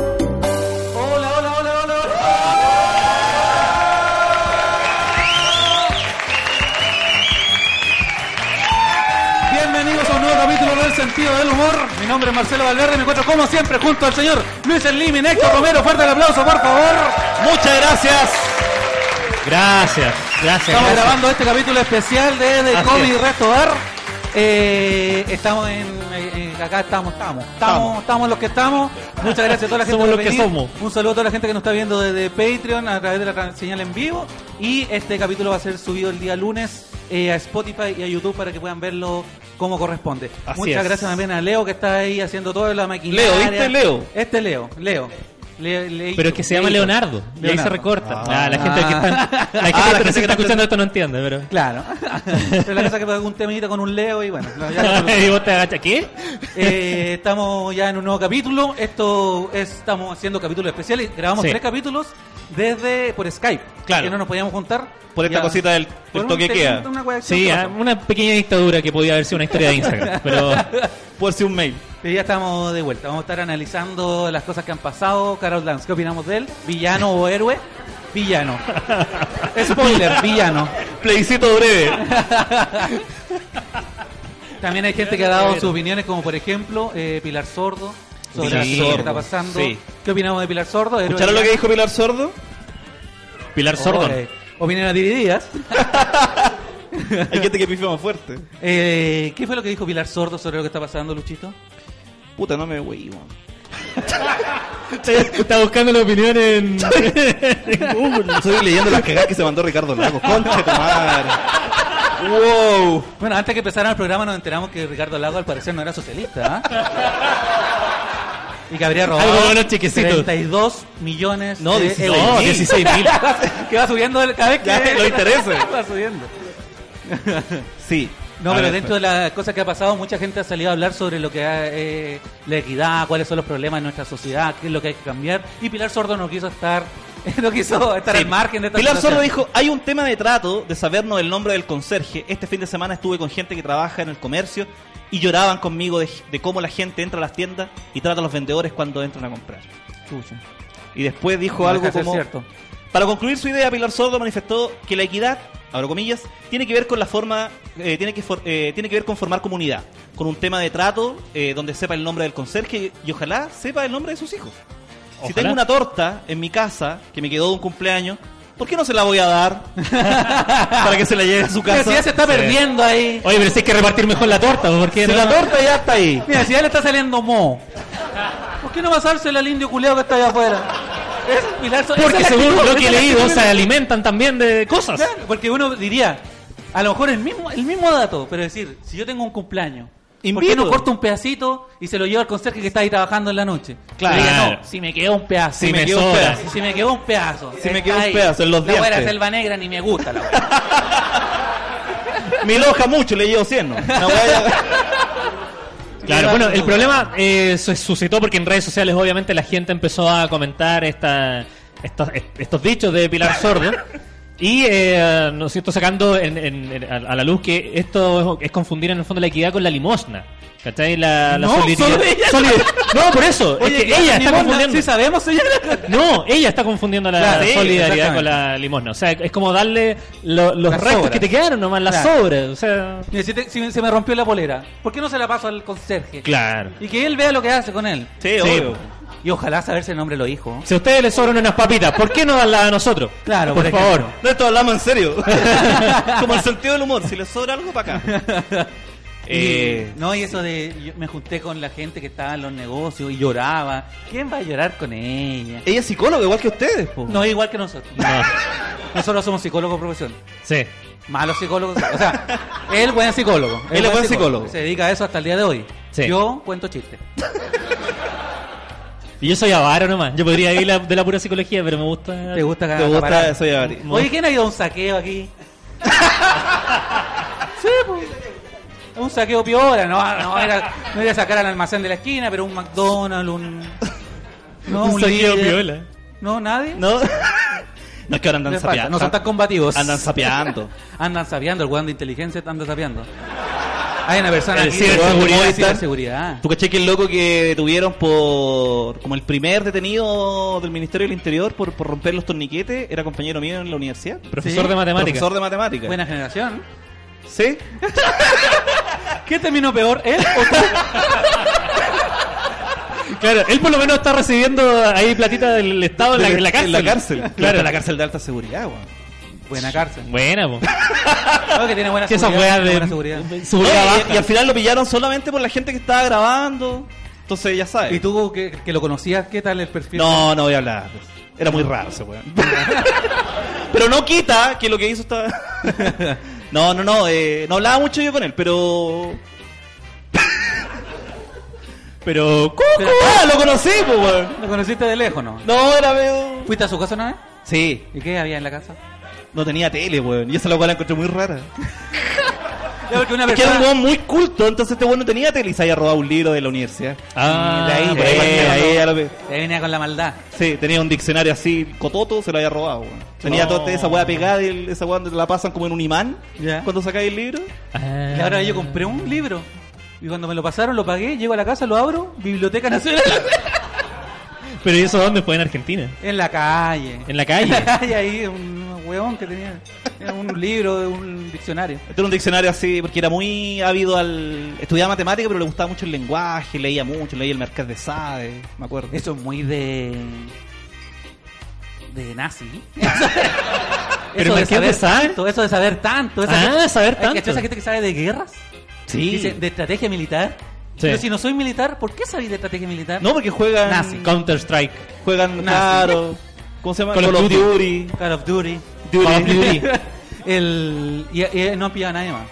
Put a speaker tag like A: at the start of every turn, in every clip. A: Hola, hola, hola, hola, hola. Bienvenidos a un nuevo capítulo del sentido del humor. Mi nombre es Marcelo Valverde, me encuentro como siempre junto al señor Luis Slim y Néstor Romero. Fuerte el aplauso, por favor.
B: Muchas gracias. Gracias, gracias.
A: Estamos
B: gracias.
A: grabando este capítulo especial de, de
B: Así
A: Comedy
B: es.
A: Resto Bar. Eh, estamos en, eh, eh, acá estamos, estamos, estamos,
B: Estamos.
A: estamos los que estamos. Muchas gracias a toda la gente
B: Somos
A: por
B: los que
A: venir.
B: somos.
A: Un saludo a toda la gente que nos está viendo desde Patreon a través de la tran- señal en vivo. Y este capítulo va a ser subido el día lunes eh, a Spotify y a YouTube para que puedan verlo como corresponde.
B: Así
A: Muchas
B: es.
A: gracias también a Leo que está ahí haciendo toda la maquinaria.
B: Leo, ¿viste, Leo?
A: Este Leo, Leo. Le- Leito,
B: Pero es que se llama
A: Leito.
B: Leonardo. Y ahí se
A: Leonardo.
B: recorta.
A: Ah.
B: Ah, la gente que está, la gente
A: Ah, la
B: que
A: gente
B: recién
A: que
B: está
A: está-
B: escuchando esto no entiende, pero.
A: Claro. Pero la cosa es que hago un temita con un Leo y bueno. ya lo soluciono.
B: y vos te agachas. ¿Qué?
A: Eh, estamos ya en un nuevo capítulo. Esto es- estamos haciendo capítulos especiales. Grabamos
B: Sí.
A: tres capítulos desde por Skype.
B: Claro.
A: Que no nos podíamos juntar.
C: Por esta
A: Ya-
C: cosita del- del
A: por un
C: toque
A: te-
C: queda.
A: una cuestión
B: Sí,
A: que
B: ah,
A: pasó.
B: una pequeña dictadura que podía haber sido una historia de Instagram. Pero
C: Por si un mail.
A: Y ya estamos de vuelta. Vamos a estar analizando las cosas que han pasado. Carol Dance, ¿qué opinamos de él? ¿Villano o héroe? Villano. Spoiler, villano.
C: Plebiscito breve.
A: También hay gente que ha dado sus opiniones, como por ejemplo eh, Pilar Sordo, sobre
B: Pilar
A: lo que
B: Sordo,
A: está pasando.
C: sí.
A: ¿Qué opinamos de Pilar Sordo? Héroe
C: ¿Escucharon lo que
A: villano.
C: dijo Pilar Sordo?
A: Oh,
B: Pilar Sordón.
A: Oye, Opiniones divididas.
C: Hay gente que pifia más fuerte.
A: Eh, ¿Qué fue lo que dijo Pilar Sordo sobre lo que está pasando, Luchito?
C: Puta, no me güey, weón.
B: Está buscando la opinión en.
C: Estoy leyendo las cagadas que se mandó Ricardo Lago. Concha de tu madre. Wow.
A: Bueno, antes que empezara el programa nos enteramos que Ricardo Lago al parecer no era socialista. ¿ah? y que habría robado
B: Algo bueno, chiquecito.
A: 32 millones
B: No,
A: de
B: 16
A: euros.
B: mil. 16 mil.
A: que va subiendo el- cada vez que...
C: Ya, los intereses.
A: va subiendo.
C: Sí.
A: No,
C: A
A: pero
C: ver,
A: dentro de las cosas que ha pasado, mucha gente ha salido a hablar sobre lo que ha, eh, la equidad, cuáles son los problemas en nuestra sociedad, qué es lo que hay que cambiar. Y Pilar Sordo no quiso estar, no quiso estar
C: Sí.
A: al margen de esta
C: Pilar
A: situación.
C: Sordo dijo, hay un tema de trato de sabernos el nombre del conserje. Este fin de semana estuve con gente que trabaja en el comercio y lloraban conmigo de, de cómo la gente entra a las tiendas y trata a los vendedores cuando entran a comprar.
A: Chucha.
C: Y después dijo
A: No
C: algo
A: deja de ser
C: como...
A: cierto.
C: Para concluir su idea, Pilar Sordo manifestó que la equidad, abro comillas, tiene que ver con la forma, eh, tiene, que for- eh, tiene que ver con formar comunidad, con un tema de trato eh, donde sepa el nombre del conserje y ojalá sepa el nombre de sus hijos. Si
B: Ojalá.
C: tengo una torta en mi casa que me quedó de un cumpleaños, ¿por qué no se la voy a dar para que se la lleve a su
A: Mira,
C: casa?
A: si ya se está
C: Sí.
A: perdiendo ahí.
B: Oye, pero si hay que repartir mejor la torta, porque
C: Si la torta ya está ahí.
A: Mira, si ya le está saliendo mo. ¿Por qué no pasársela al indio culeado que está allá afuera? Es Pilar Sordo.
B: Porque
A: esa es la
B: según
A: actitud,
B: lo
A: esa
B: que he
A: es la
B: leído,
A: actitud.
B: se alimentan también de cosas.
A: Claro, porque uno diría, a lo mejor el mismo, el mismo dato, pero decir, si yo tengo un cumpleaños, ¿por qué
C: Invito.
A: no corto un pedacito y se lo llevo al conserje que está ahí trabajando en la noche?
C: Claro.
A: Pero diga, no, si me quedó un pedazo.
B: Si me
A: quedó un
B: sobra.
A: pedazo. Si me quedó un pedazo.
C: Si me
A: Está
C: quedó un
A: ahí.
C: pedazo en
A: La
C: los
A: hueá de
C: dientes.
A: selva negra ni me gusta la hueá.
C: Me loja mucho, le llevo 100. ¿no? Una hueá-
B: Claro, bueno, el problema eh, se suscitó porque en redes sociales obviamente la gente empezó a comentar esta, estos, est- estos dichos de Pilar Sordo y eh, nos siento sacando en- en- en- a, a la luz que esto es, es confundir en el fondo la equidad con la limosna. ¿Cachai? La, la
A: No,
B: solidaridad.
A: solo ella.
B: Solidar- No, por eso. es
A: ¿qué
B: que ella
A: hacen
B: está
A: limosna?
B: confundiendo.
A: Sí sabemos, señora.
B: No, ella está confundiendo la
A: Claro, sí,
B: solidaridad
A: exactamente.
B: con la limosna. O sea, es como darle lo- los
A: Las
B: restos
A: sobras.
B: que te quedaron nomás, las
A: Claro.
B: sobras. O sea,
A: Mira, si, te- si se me rompió la polera, ¿por qué no se la paso al conserje?
B: claro.
A: Y que él vea lo que hace con él.
C: Sí,
B: Sí,
C: obvio.
A: Y ojalá saberse el nombre de los hijos.
B: Si a ustedes les sobran unas papitas, ¿por qué no darlas a nosotros?
A: Claro,
B: por,
A: por
B: favor.
A: ejemplo.
C: No, esto hablamos en serio. Como el sentido del humor. Si les sobra algo, para acá. Eh,
A: Y- no, y eso de yo me junté con la gente que estaba en los negocios y lloraba. ¿Quién va a llorar con ella?
C: ella es psicóloga, igual que ustedes, po.
A: No, igual que nosotros.
B: No,
A: Nosotros somos psicólogos de profesión.
B: sí.
A: Malos psicólogos. O sea, él buen psicólogo.
C: Él es buen psicólogo.
A: Se dedica a eso hasta el día de hoy.
B: Sí.
A: Yo cuento chistes.
B: Y yo soy avaro nomás. Yo podría ir la- de la pura psicología, pero me gusta.
A: ¿Te gusta
C: ¿Te gusta? Soy Ari.
A: Oye, ¿quién ha ido a un saqueo aquí? sí, pues. Un saqueo piora, no, no era, no era sacar al almacén de la esquina, pero un McDonald's, un. No,
B: Un saqueo
A: líder.
B: piola.
A: No, nadie.
C: No. No es que ahora andan
A: Les falta,
C: sapeando.
A: no son tan combativos.
C: Andan sapeando.
A: Andan sapeando, el weón de inteligencia anda sapeando. Hay una persona
B: El
A: aquí
B: ciberseguridad
A: de
C: está-
A: ciberseguridad.
C: ¿Tú caché que el loco que tuvieron por. como el primer detenido del Ministerio del Interior por, por romper los torniquetes era compañero mío en la universidad?
B: Profesor
A: Sí.
B: de matemáticas.
C: Profesor de matemáticas.
A: Buena generación.
C: ¿Sí?
A: ¿Qué terminó peor, él o
B: Claro, él por lo menos está recibiendo ahí platita del Estado en la, en la cárcel.
C: En la cárcel.
B: Claro,
C: Claro, en la cárcel de alta seguridad, weón.
A: Buena cárcel.
B: Buena, po.
A: No, que tiene buena
B: Sí, esas
A: seguridad.
B: weas
A: tiene
B: de.
A: buena seguridad.
B: seguridad
C: No, y-
B: baja.
C: y, al final lo pillaron solamente por la gente que estaba grabando. Entonces, ya sabes.
A: ¿Y tú que, que lo conocías? ¿Qué tal el perfil?
C: No, no voy a hablar. Era muy raro ese weón. pero no quita que lo que hizo está. no, no, no. eh, no hablaba mucho yo con él, pero. pero. ¡Cucu! ah, lo conocí, pues, weón.
A: ¿Lo conociste de lejos, no?
C: No, era medio.
A: ¿Fuiste a su casa una vez?
C: Sí,
A: ¿Y qué había en la casa?
C: no tenía tele, weón. Y esa la cual la encontré muy rara.
A: Ya, porque una
C: Es que era un
A: persona...
C: weón muy culto, entonces este weón no tenía tele y se había robado un libro de la universidad.
B: Ah,
C: de ahí, por
B: bueno.
C: ahí, ahí ya lo ve.
A: Te venía con la maldad.
C: Sí, tenía un diccionario así, cototo, se lo había robado. weón. Tenía
B: No.
C: toda esa weá pegada, y el- esa weá donde te la pasan como en un imán
A: Ya.
C: cuando sacáis el libro.
B: Ah.
A: Y ahora yo compré un libro. Y cuando me lo pasaron, lo pagué, llego a la casa, lo abro, Biblioteca Nacional.
B: Pero ¿y eso dónde fue en Argentina?
A: En la calle.
B: En la calle.
A: En la calle, ahí, un huevón que tenía era un libro, de un diccionario.
C: Este era un diccionario así, porque era muy ávido al. Estudiaba matemática, pero le gustaba mucho el lenguaje, leía mucho, leía el Mercado de Sade, me acuerdo.
A: Eso es muy de. de nazi.
B: Pero
A: de
B: ¿por qué
A: saber
B: empezar?
A: tanto, eso de saber tanto. esa
B: Ah,
A: gente-
B: saber
A: ¿Hay
B: tanto.
A: cachado esa gente que sabe de guerras?
C: Sí.
A: Dice, de estrategia militar.
B: Sí.
A: Pero si no soy militar, ¿por qué sabéis de estrategia militar?
C: No, porque juegan.
A: Nazi.
B: Counter Strike.
C: Juegan,
A: Nazi.
C: claro. ¿Cómo se llama?
B: Call of Duty.
A: Call of Duty.
C: Duty.
B: Call of Duty.
A: El, y, y no han pillado a nadie más.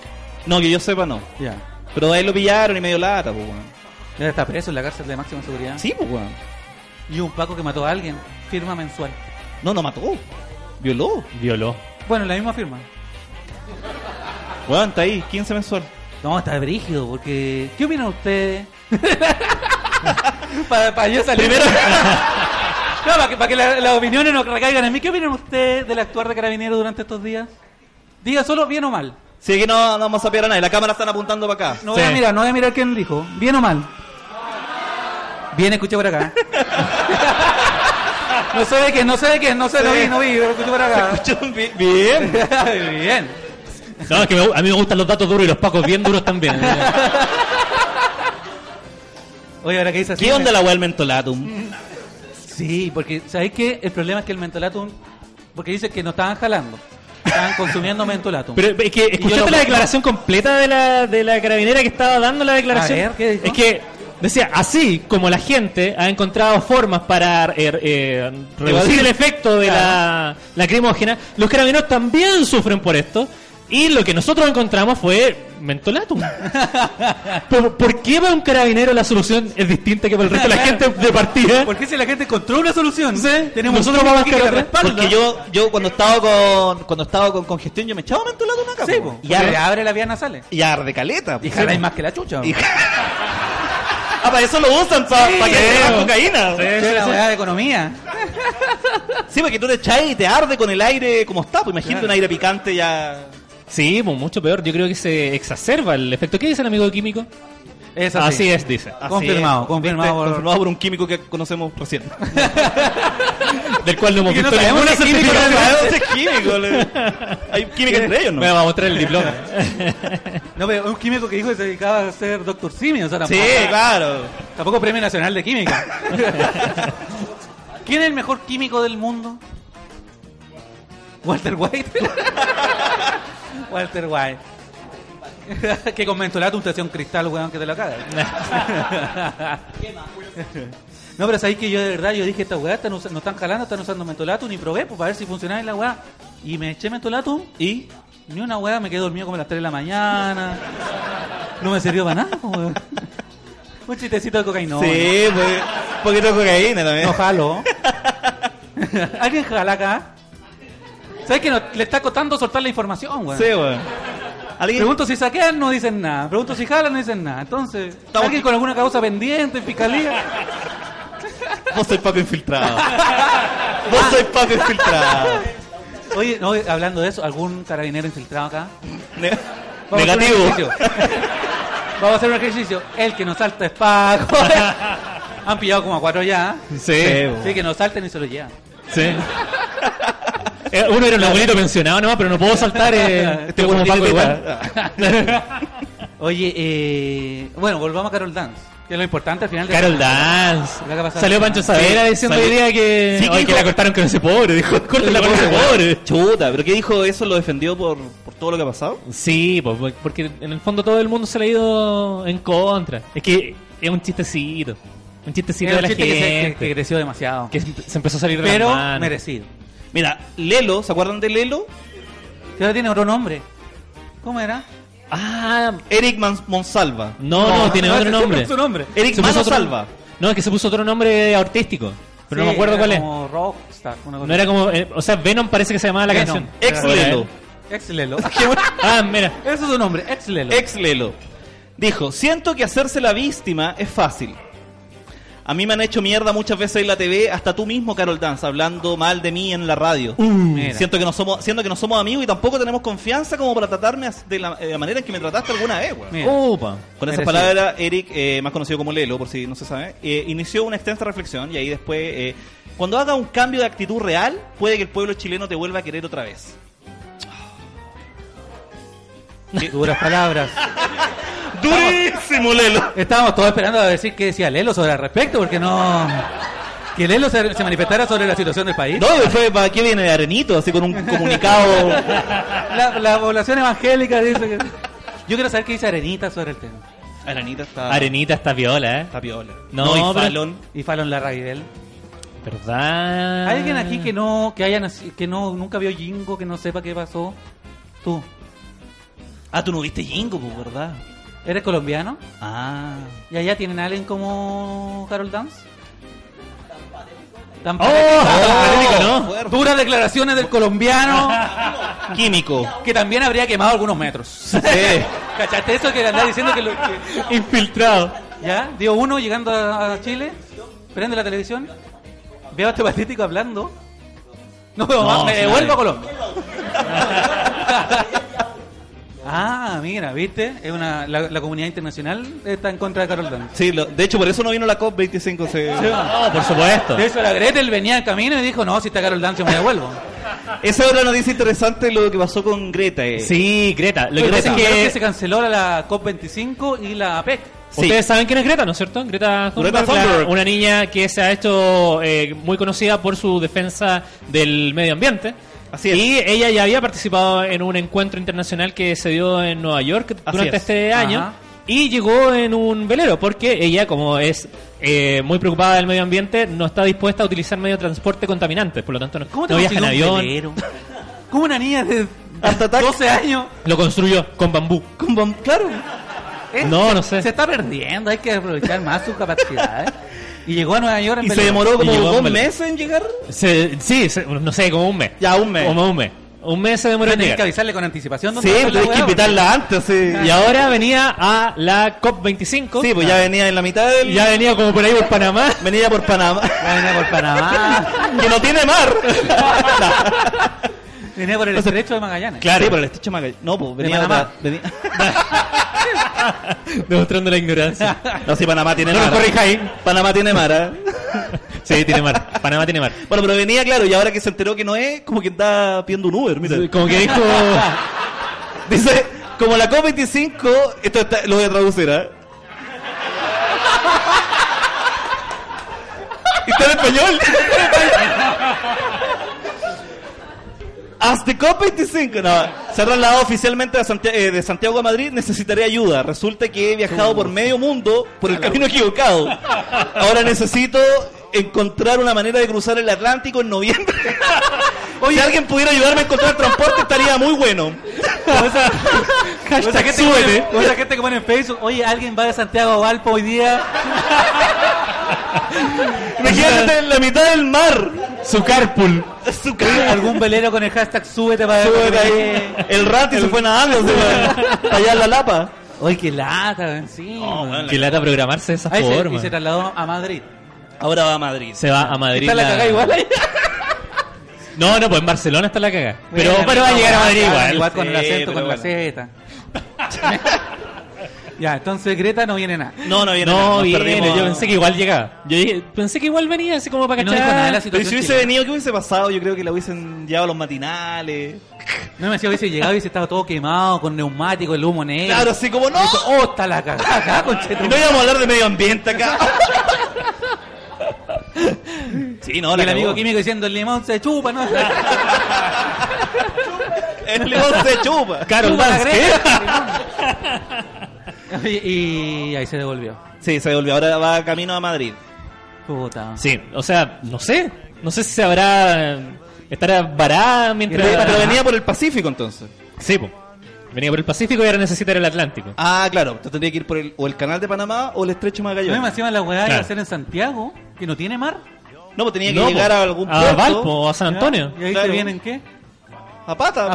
C: No, que yo sepa, no.
A: Ya.
C: Pero ahí lo pillaron y medio lata, pues, weón.
A: Ya está preso en la cárcel de máxima seguridad.
C: Sí, pues, weón.
A: Y un Paco que mató a alguien. Firma mensual.
C: No, no mató. Violó.
B: Violó.
A: Bueno, la misma firma.
C: Weón, está ahí, 15 mensual.
A: No, está brígido, porque. ¿Qué opinan ustedes? para, para yo salir. Primero. no, para que, para que la- las opiniones no recaigan en mí. ¿Qué opinan ustedes del actuar de carabinero durante estos días? Diga solo bien o mal.
C: Sí, que no, no vamos a sapear a nadie. La cámara están apuntando para acá.
A: No voy a
B: Sí.
A: mirar, no voy a mirar quién dijo. ¿Bien o mal? Bien, escuché por acá. no sé de qué, no sé de qué, no sé, no vi, no vi, pero escuché por acá.
C: Bien.
A: bien.
B: No, es que me- a mí me gustan los datos duros y los pacos bien duros también. eh.
A: Oye, ahora que dice así.
C: ¿Qué
A: me-
C: onda la weá del mentolatum?
A: Sí, porque ¿sabéis qué? El problema es que el mentolatum, porque dice que no estaban jalando, estaban consumiendo mentolatum.
B: Pero es que
A: Y yo
B: escuchaste
A: lo-
B: la declaración completa de la, de la carabinera que estaba dando la declaración.
A: A ver, ¿qué dijo?
B: Es que decía, así como la gente ha encontrado formas para eh, eh, reducir
C: Evadir.
B: el efecto de la lacrimógena, los carabineros también sufren por esto. Y lo que nosotros encontramos fue mentolatum. ¿Por, por qué para un carabinero la solución es distinta que para el resto de la gente de partida?
A: ¿Por qué si la gente encontró una solución? Tenemos
B: ¿eh? Nosotros
A: un
B: vamos
A: público
B: a
A: que la
B: buscar
A: respalda.
C: Porque yo, yo cuando estaba con cuando estaba con congestión yo me echaba mentolatum acá.
A: Sí,
C: po.
A: po.
C: y
A: Se le
C: ya,
A: abre la vía nasal. eh.
C: y arde caleta. po.
A: Y jaláis más que la chucha.
C: Y- Ah, para eso lo usan, para
A: Sí,
C: que te
B: sí,
C: hagan
B: po.
C: cocaína. po.
A: Es
C: Sí,
A: una weá de economía.
C: porque tú te echas y te arde con el aire como está. Pues imagínate
A: Claro.
C: un aire picante ya.
B: Sí, pues, mucho peor. Yo creo que se exacerba el efecto. ¿Qué dice el amigo químico?
A: Es así.
B: Así es, dice.
C: así
A: Confirmado,
C: es.
A: confirmado
C: ¿Viste?
A: por-
C: confirmado por un químico que conocemos recién.
B: del cual no hemos
A: Que no
B: visto
A: sabemos
B: ninguna
A: qué químico
B: certificación.
C: Ese es químico, le- Hay química entre ellos, ¿no?
B: Me va a mostrar el diploma.
A: No, pero un químico que dijo que se dedicaba a ser doctor simio. O sea,
C: Sí,
A: tampoco,
C: claro.
A: tampoco premio nacional de química. ¿Quién es el mejor químico del mundo? Walter White. Walter White. que con mentolato un te hacía un cristal, weón, que te lo cagas. No, pero sabéis que yo de verdad, yo dije, esta weá están usa- no están jalando, están usando mentolato, ni probé, pues para ver si funcionaba en la weá. Y me eché mentolato y ni una weá, me quedé dormido como a las 3 de la mañana. No me sirvió para nada, pues, weón. Un chistecito de cocaína.
C: sí, pues, un poquito de cocaína también.
A: No jalo. ¿Alguien jala acá? ¿Sabes que no- le está costando soltar la información, weón?
C: Sí, weón. Alguien-
A: Pregunto si saquean, no dicen nada. Pregunto si jalan, no dicen nada. Entonces,
C: Estamos-
A: ¿alguien con alguna causa pendiente en fiscalía?
C: Vos sois paco infiltrado. Vos sois paco infiltrado.
A: Oye, no, eh, hablando de eso, ¿algún carabinero infiltrado acá?
C: Ne-
A: Vamos a hacer un
C: Negativo.
A: ejercicio. Vamos a hacer un ejercicio. El que nos salta es Paco. Han pillado como a cuatro ya.
B: Sí.
C: Sí,
A: Sí, que nos salten y se lo llevan.
B: Sí. Eh, Uno era un abuelito pensionado nomás, pero no puedo saltar. Eh,
C: Este
B: tengo como
C: abuelito
B: Paco
C: está-
B: igual.
A: Oye, eh, bueno, volvamos a Carol Dance. Que es lo importante al final. de-
B: Carol Dance.
A: Lo que ha pasado.
B: Salió Pancho Savera
C: Sí,
B: diciendo
C: salió-
B: hoy día que,
C: Sí, que
B: ay,
C: dijo-
B: que la cortaron con ese pobre. Dijo, corten la con ese pobre.
C: Chuta, pero ¿qué dijo eso? ¿Lo defendió por, por todo lo que ha pasado?
B: Sí, po, po- porque en el fondo todo el mundo se le ha ido en contra. Es que es un chistecito. Un chistecito
A: Es un
B: de la
A: chiste que, se-
B: gente.
A: que- que
B: Que,
A: creció demasiado.
B: se se empezó a salir de las
A: pero
B: manos.
A: merecido.
C: Mira, Lelo, ¿se acuerdan de Lelo?
A: Que ahora tiene otro nombre. ¿Cómo era?
B: Ah,
C: Eric Mans- Monsalva.
B: no, no, tiene
A: no,
B: otro
A: ese es
B: nombre.
A: su nombre.
C: Eric
B: Se puso otro-
C: Manosalva.
B: No, es que se puso otro nombre artístico. Pero no
A: Sí,
B: me acuerdo
A: era
B: cuál es.
A: Como Rockstar. una cosa
B: No era como. eh, o sea, Venom parece que se llamaba la
A: Venom.
B: canción.
C: Ex
B: Ahora, eh.
C: Lelo.
A: así. Ex Lelo.
B: Ah, mira.
A: Ese es su nombre, Ex Lelo.
C: Ex Lelo. Dijo, siento que hacerse la víctima es fácil. A mí me han hecho mierda muchas veces en la TV, hasta tú mismo, Carol Dance, hablando mal de mí en la radio.
A: Mira.
C: Siento que no somos, siento que no somos amigos y tampoco tenemos confianza como para tratarme as- de la, eh, de la manera en que me trataste alguna vez, weón.
A: Mira.
B: Opa.
C: Con
A: Merecido.
C: esas palabras, Eric, eh, más conocido como Lelo, por si no se sabe, eh, inició una extensa reflexión y ahí después, eh, cuando haga un cambio de actitud real, puede que el pueblo chileno te vuelva a querer otra vez.
A: Qué Duras palabras.
C: Durísimo, Lelo.
A: Estábamos todos esperando a decir qué decía Lelo sobre el respecto, porque no. Que Lelo se, se manifestara sobre la situación del país.
C: No, después, ¿para qué viene de Arenito? Así con un comunicado.
A: La, la población evangélica dice que. Yo quiero saber qué dice Arenita sobre el tema.
C: Arenita está.
A: Ah.
B: Arenita está viola, ¿eh?
C: Está piola.
B: No,
C: No, y
B: pero-
C: Fallon.
A: Y Fallon Larraguidel.
B: ¿Verdad?
A: ¿Hay alguien aquí que no, que haya naci- que no, nunca vio Jingo, que no sepa qué pasó? Tú,
C: Ah, tú no viste Jingo, pues, ¿verdad?
A: ¿eres colombiano?
C: Ah.
A: ¿Y allá tienen a alguien como Harold Dance? Tan
B: ¡Oh!
A: patético.
B: Patético, ¿no?
C: Fuerte.
A: Duras declaraciones del colombiano
C: Químico.
A: que también habría quemado algunos metros. ¿Cachaste eso que andaba diciendo que, lo, que-
B: Infiltrado.
A: ya dio uno llegando a, a Chile? Prende la televisión. Veo a este patético hablando. No,
C: No,
A: me
C: sí,
A: devuelvo
C: nadie.
A: a Colombia. ah, mira, ¿viste? Es una, la, la comunidad internacional está en contra de Carol Dance.
C: Sí, lo- de hecho, por eso no vino la COP25. se-
A: Oh,
B: No, por supuesto.
A: De eso la Gretel venía al camino y dijo, no, si está Carol Dance yo me devuelvo.
C: Esa es otra noticia interesante lo que pasó con Greta. eh.
B: Sí, Greta. Lo que
A: Pues
B: pasa es
A: dicen que... se
B: que.
A: canceló la COP25 y la E APEC.
C: Sí.
B: Ustedes saben quién es Greta, ¿no es cierto? Greta Thunberg,
C: Greta
B: la-
C: Thunberg.
B: una niña que se ha hecho eh, muy conocida por su defensa del medio ambiente.
C: Así es.
B: Y ella ya había participado en un encuentro internacional que se dio en Nueva York
C: Así
B: durante
C: es.
B: este año.
A: Ajá.
B: Y llegó en un velero, porque ella, como es eh, muy preocupada del medio ambiente, no está dispuesta a utilizar medio de transporte contaminante. Por lo tanto, no,
A: ¿Cómo te
B: no viaja
A: consiguió
B: en
A: un
B: avión.
A: velero? ¿Cómo una niña de
C: Hasta ataque.
A: 12 años?
B: Lo construyó con bambú.
C: Con bom- claro.
A: Eh,
B: No,
A: se-
B: no sé.
A: Se está perdiendo, hay que aprovechar más sus capacidades. Y llegó a Nueva York en
C: Y se
A: pelota.
C: demoró como
B: Y llegó
C: dos
B: en velero.
C: meses en llegar.
B: Se- sí, se- no sé, como un mes.
C: Ya, un mes.
B: Como un mes. Un mes se demoró
A: Pero
B: en
A: tenés que
B: llegar.
A: avisarle con anticipación.
C: Sí, pues,
A: dónde va a ser la
C: tenés que
A: weá,
C: invitarla antes. Sí.
B: Y ahora venía a la COP25.
C: Sí, pues ya venía en la mitad del.
B: Ya venía como por ahí por Panamá.
C: Venía por Panamá.
A: porque- Ah, venía por Panamá,
C: que no tiene mar.
A: venía por el
C: Entonces-
A: estrecho de Magallanes.
C: Claro. Sí, por el estrecho de Magallanes. No, pues venía
A: Panamá.
C: otra- venía-
B: Demostrando la ignorancia.
C: No, sí, Panamá tiene
B: No nos
C: mar.
B: corrija ahí.
C: Panamá tiene mar. ¿eh?
B: Sí, tiene mar. Panamá tiene mar.
C: Bueno, pero venía, claro, y ahora que se enteró que no es, como que está pidiendo un Uber, mira.
B: Como que dijo.
C: Dice, como la COP25, esto está- lo voy a traducir, ¿ah? Está en español. As the COP25, no, se ha trasladado oficialmente a Santia- eh, de Santiago a Madrid, necesitaré ayuda. Resulta que he viajado por medio mundo por el camino equivocado. Ahora necesito encontrar una manera de cruzar el Atlántico en noviembre. Oye, si alguien pudiera ayudarme a encontrar transporte estaría muy bueno.
A: Como esa, como esa gente que pone-
C: súbete.
A: como esa gente que pone en Facebook, oye, alguien va de Santiago a Valpo hoy día.
C: Imagínate en la mitad del mar.
B: Su carpool.
C: Su cara.
A: Algún velero con el hashtag súbete para
C: Súbete ahí. El rato y se fue nadando. se fue para allá en la lapa.
A: Oye, qué lata, encima.
B: Que lata programarse de esa
A: Ahí se,
B: forma.
A: y se
B: Se,
A: trasladó a Madrid.
C: Ahora va a Madrid.
B: va a Madrid.
A: Está la
B: la-
A: cagada igual ahí.
B: No, no, pues en Barcelona está la caga. Pero,
A: Bueno,
B: pero va a
A: no,
B: llegar a Madrid
A: claro,
B: igual.
A: Igual con el
C: Sí,
A: acento,
C: pero
A: con la
C: bueno.
A: Z. ya, entonces Greta no viene nada.
C: No, no viene.
B: No,
C: nos
B: viene.
C: perdimos.
B: Yo pensé que igual llegaba. Yo dije- pensé que igual venía así como para
A: Y no
B: cachar.
A: dijo nada de la
C: Pero si
A: situación.
C: hubiese
A: chilena.
C: venido, ¿qué hubiese pasado? Yo creo que la hubiesen llevado a los matinales.
A: No me decía, hubiese llegado y hubiese estado todo quemado, con neumático, el humo negro.
C: Claro, así como no.
A: Eso, oh, está la cagada acá, conchetum-
C: Y no íbamos a hablar de medio ambiente acá. Sí, no,
A: Y
C: la
A: el amigo
C: cagó.
A: químico diciendo, el limón se chupa, ¿no?
C: El león se chupa.
B: Carol
A: Chupa la
B: Dance, ¿qué?
A: Oye, y, ahí se devolvió.
C: Sí, se volvió. Ahora va camino a Madrid.
A: Puta.
B: Sí, o sea, no sé. No sé si se habrá. Estará varada mientras.
C: Pero, pero venía por el Pacífico entonces.
B: Sí, po. Venía por el Pacífico y ahora necesita ir al Atlántico.
C: Ah, claro. Entonces tendría que ir por el, o el canal de Panamá o el estrecho
A: No me
C: Magallanes.
A: imagino la weá iba a
B: Claro.
A: ser en Santiago, que no tiene mar.
C: No, pues tenía que
B: No,
C: llegar
B: po.
C: a algún
B: A
C: puerto.
B: Valpo o a San Antonio.
A: Y ahí
C: Claro.
A: se vienen, ¿qué?
C: A pata.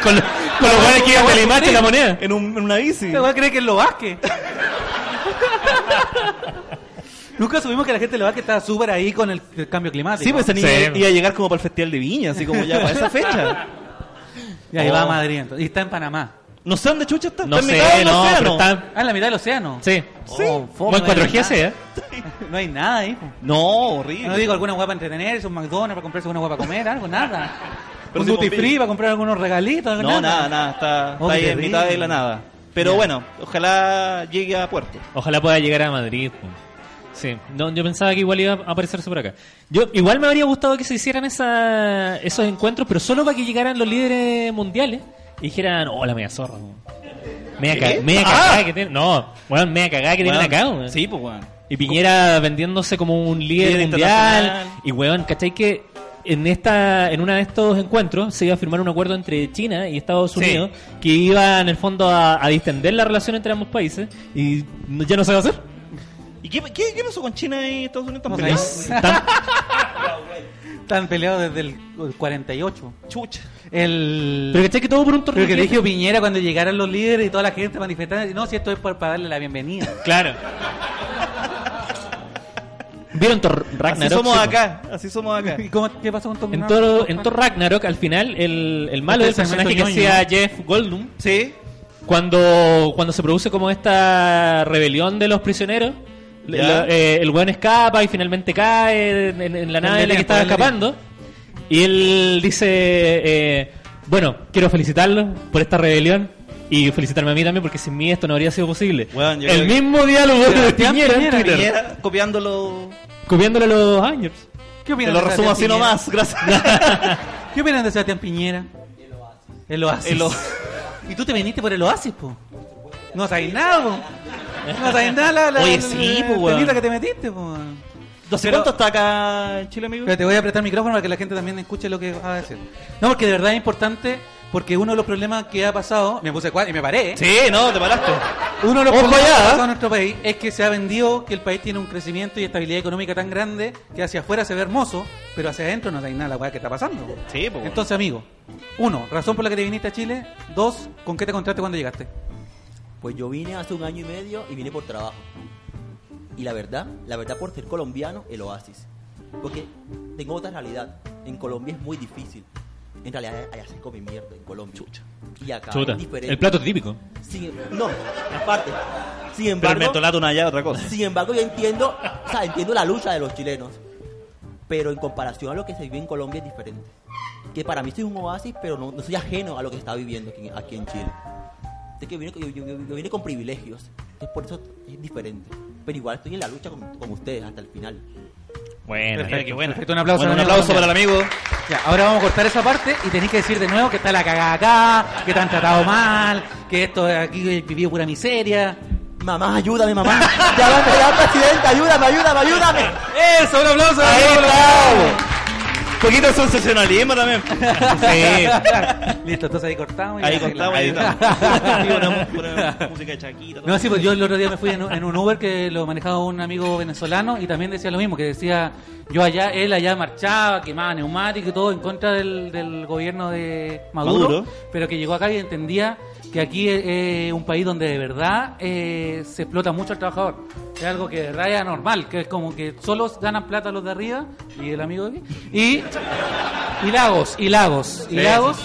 B: con lo- con los buenos que iban de la imagen la moneda.
C: En, un- en una bici.
A: Esta weá cree que es lo vasque. Nunca subimos que la gente de lo que estaba súper ahí con el, el cambio climático.
C: Sí, pues esa niña
B: Sí.
C: iba a llegar como para el Festival de Viña, así como ya para esa fecha.
A: Y ahí va a
C: Oh.
A: Madrid entonces. Y está en Panamá.
C: No sé dónde chucha está.
B: No
C: está en
B: sé,
C: mitad del
B: no,
C: océano. Oh,
B: pero está.
A: Ah, en la mitad del océano. Oh,
B: Sí.
A: Sí.
B: Buen 4G sí, ¿eh?
A: No hay nada ahí. po.
C: No, horrible.
A: No digo alguna guapa para entretenerse, un McDonald's para comprarse una guapa para comer, algo, nada.
C: Pero
A: un
C: sí,
A: duty
C: con
A: free
C: Bill.
A: para comprar algunos regalitos, algo,
C: No, nada, nada. Está,
A: Oh,
C: está ahí
A: qué
C: en mitad de
A: terrible.
C: la nada. Pero
A: Ya.
C: bueno, ojalá llegue a puerto.
B: Ojalá pueda llegar a Madrid. po. Sí, no, yo pensaba que igual iba a aparecerse por acá. Yo igual me habría gustado que se hicieran esa- esos encuentros, pero solo para que llegaran los líderes mundiales y dijeran, hola, media zorra. po". Media,
C: ¿Qué?
B: ca- media
C: Ah.
B: cagada que tienen. No, bueno, media cagada que tienen acá.
C: Bueno,
B: weón.
C: Sí, pues bueno.
B: Y Piñera vendiéndose como un líder,
C: Líder
B: mundial.
C: internacional.
B: Y weón, ¿cachai que en esta, en uno de estos encuentros se iba a firmar un acuerdo entre China y Estados
C: Sí.
B: Unidos que iba en el fondo a, a distender la relación entre ambos países y no- ya no se va a hacer?
C: ¿Y qué, qué, qué pasó con China y Estados Unidos? ¿Están
A: No sé.
C: peleados?
B: Tan-
A: Están peleados desde el 48.
C: Chucha.
A: El...
B: pero ¿cachai que todo por un torneo?
A: Pero que le dijo Piñera cuando llegaran los líderes y toda la gente manifestando, no, si esto es por- para darle la bienvenida.
B: Claro. ¿Vieron Thor Ragnarok?
C: Así somos
B: Sí, po.
C: acá. Así somos acá.
A: ¿Y cómo, qué pasó con Tom
B: En
A: Brown?
B: Thor, en Thor Ragnarok, al final, el, el malo del
A: Este segmento
B: personaje que
A: ñoño.
B: hacía Jeff Goldblum
C: Sí.
B: Cuando, cuando se produce como esta rebelión de los prisioneros,
C: Ya.
B: la- eh, el weón escapa y finalmente cae en, en- en la nave en la
A: Valerian,
B: que estaba
A: Valerian.
B: escapando. Y él dice, eh, bueno, quiero felicitarlo por esta rebelión y felicitarme a mí también porque sin mí esto no habría sido posible.
C: Weón, yo
B: el
C: creo que-
B: mismo diálogo de
A: Sebastián
B: Piñera en
A: Piñera,
B: Twitter,
C: Piñera copiándolo.
B: copiándole a los años.
A: ¿Qué
C: Te
A: opinan
C: lo
A: de
C: resumo así
A: Sebastián Piñera?
C: nomás. Gracias.
A: ¿Qué opinan de Sebastián Piñera? El oasis.
C: El
A: El
C: o-
A: oasis. ¿Y tú te viniste por el oasis, po? No sabes nada, po. No sabes nada la, la,
C: Oye,
A: la-
C: sí,
A: la
C: po, weón.
A: telita que te metiste, po.
C: ¿No sé
A: Pero-
C: cuánto está acá en Chile, amigo?
A: Pero te voy a apretar el micrófono para que la gente también escuche lo que vas a decir. No, porque de verdad es importante, porque uno de los problemas que ha pasado, me puse cuatro y me paré. ¿eh?
C: Sí, no, te paraste.
A: Uno de los
C: Ojo
A: problemas que
C: allá,
A: ha
C: ¿eh?
A: pasado en nuestro país es que se ha vendido que el país tiene un crecimiento y estabilidad económica tan grande que hacia afuera se ve hermoso, pero hacia adentro no hay nada la weá que está pasando. po.
C: Sí, po, weón.
A: Entonces, amigo, uno, razón por la que te viniste a Chile. Dos, ¿con qué te contraste cuando llegaste?
D: Pues yo vine hace un año y medio y vine por trabajo. Y la verdad, la verdad por ser colombiano, el oasis. Porque tengo otra realidad. En Colombia es muy difícil. En realidad allá se come mierda en Colombia. Y acá
B: Chuta.
D: es diferente.
B: El plato típico.
D: Sin- no, aparte. Sin
C: Pero el
D: embargo,
C: mentolato no allá, otra cosa.
D: sin embargo yo entiendo, o sea, entiendo la lucha de los chilenos. pero en comparación a lo que se vive en Colombia es diferente. Que para mí soy un oasis, pero no, no soy ajeno a lo que está viviendo aquí, aquí en Chile. Es que yo vine, yo- yo- yo vine con privilegios, entonces por eso es diferente. Pero igual estoy en la lucha con, con ustedes hasta el final.
B: Bueno,
A: Perfecto,
B: qué bueno.
A: perfecto, un aplauso,
C: Bueno, un
A: al amigo
C: aplauso para el
A: Colombia.
C: amigo.
A: Ya, ahora vamos a cortar esa parte y tenéis que decir de nuevo que está la cagada acá, que te han tratado mal, que esto de aquí he vivido pura miseria.
D: Mamá, ayúdame, mamá. Ya va a pegar presidenta, ayúdame, ayúdame, ayúdame.
A: ¡Eso! ¡Un aplauso!
C: Ahí
A: amigo
C: bravo. Un poquito de sensacionalismo también.
A: Colombia! Listo, entonces ahí cortamos. y
C: Ahí
A: ya
C: contamos, ahí
A: arreglamos.
C: estamos. Sí, una, una música de Chaquita. todo.
A: No, sí, pues yo el otro día me fui en, un- en un Uber que lo manejaba un amigo venezolano y también decía lo mismo, que decía, yo allá, él allá marchaba, quemaba neumáticos y todo en contra del, del gobierno de Maduro,
C: Maduro.
A: pero que llegó acá y entendía que aquí es, es un país donde de verdad eh, se explota mucho al trabajador. Es algo que de verdad es anormal, que es como que solo ganan plata los de arriba y el amigo de aquí, y, y lagos, y lagos, y
C: Sí,
A: lagos,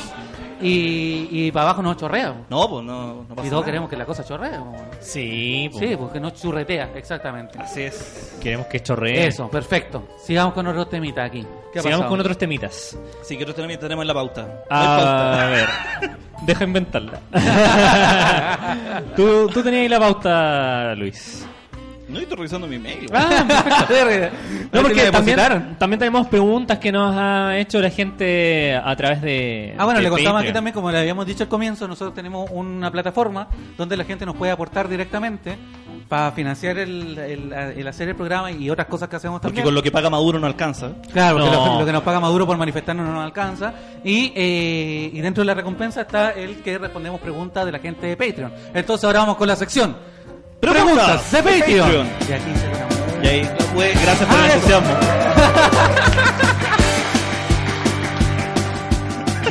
A: y, y para abajo no chorrea.
C: No, pues no, no pasa
A: Y todos
C: nada.
A: queremos que la cosa chorrea. po.
B: Sí, po.
A: Sí, porque no churretea, exactamente.
C: Así es.
B: queremos que chorree.
A: Eso, perfecto. Sigamos con otro temita aquí. ¿Qué ha
B: Sigamos
A: pasado?
B: con otros temitas.
C: Sí, que nosotros también tenemos la pauta. No hay
A: Ah.
B: A
C: pauta.
B: ver, deja inventarla. tú, tú tenías ahí la pauta, Luis.
C: No, yo estoy revisando mi mail.
A: Ah,
B: No, porque
A: Ahí te lo
B: también,
A: depositaron.
B: también tenemos preguntas que nos ha hecho la gente a través de.
A: Ah, bueno,
B: de
A: le contamos
B: Patreon.
A: aquí también, como le habíamos dicho al comienzo, nosotros tenemos una plataforma donde la gente nos puede aportar directamente para financiar el, el- el hacer el programa y otras cosas que hacemos
C: Porque
A: también.
C: con lo que paga Maduro no alcanza.
A: Claro, porque
B: No.
A: lo, lo que nos paga Maduro por manifestarnos no nos alcanza. Y, eh, y dentro de la recompensa está el que respondemos preguntas de la gente de Patreon. Entonces ahora vamos con la sección. Preguntas,
C: Preguntas
A: de,
C: de
A: Patreon.
C: Patreon.
A: Y aquí se llama-
C: Y ahí, pues, gracias
A: Ah,
C: por el entusiasmo.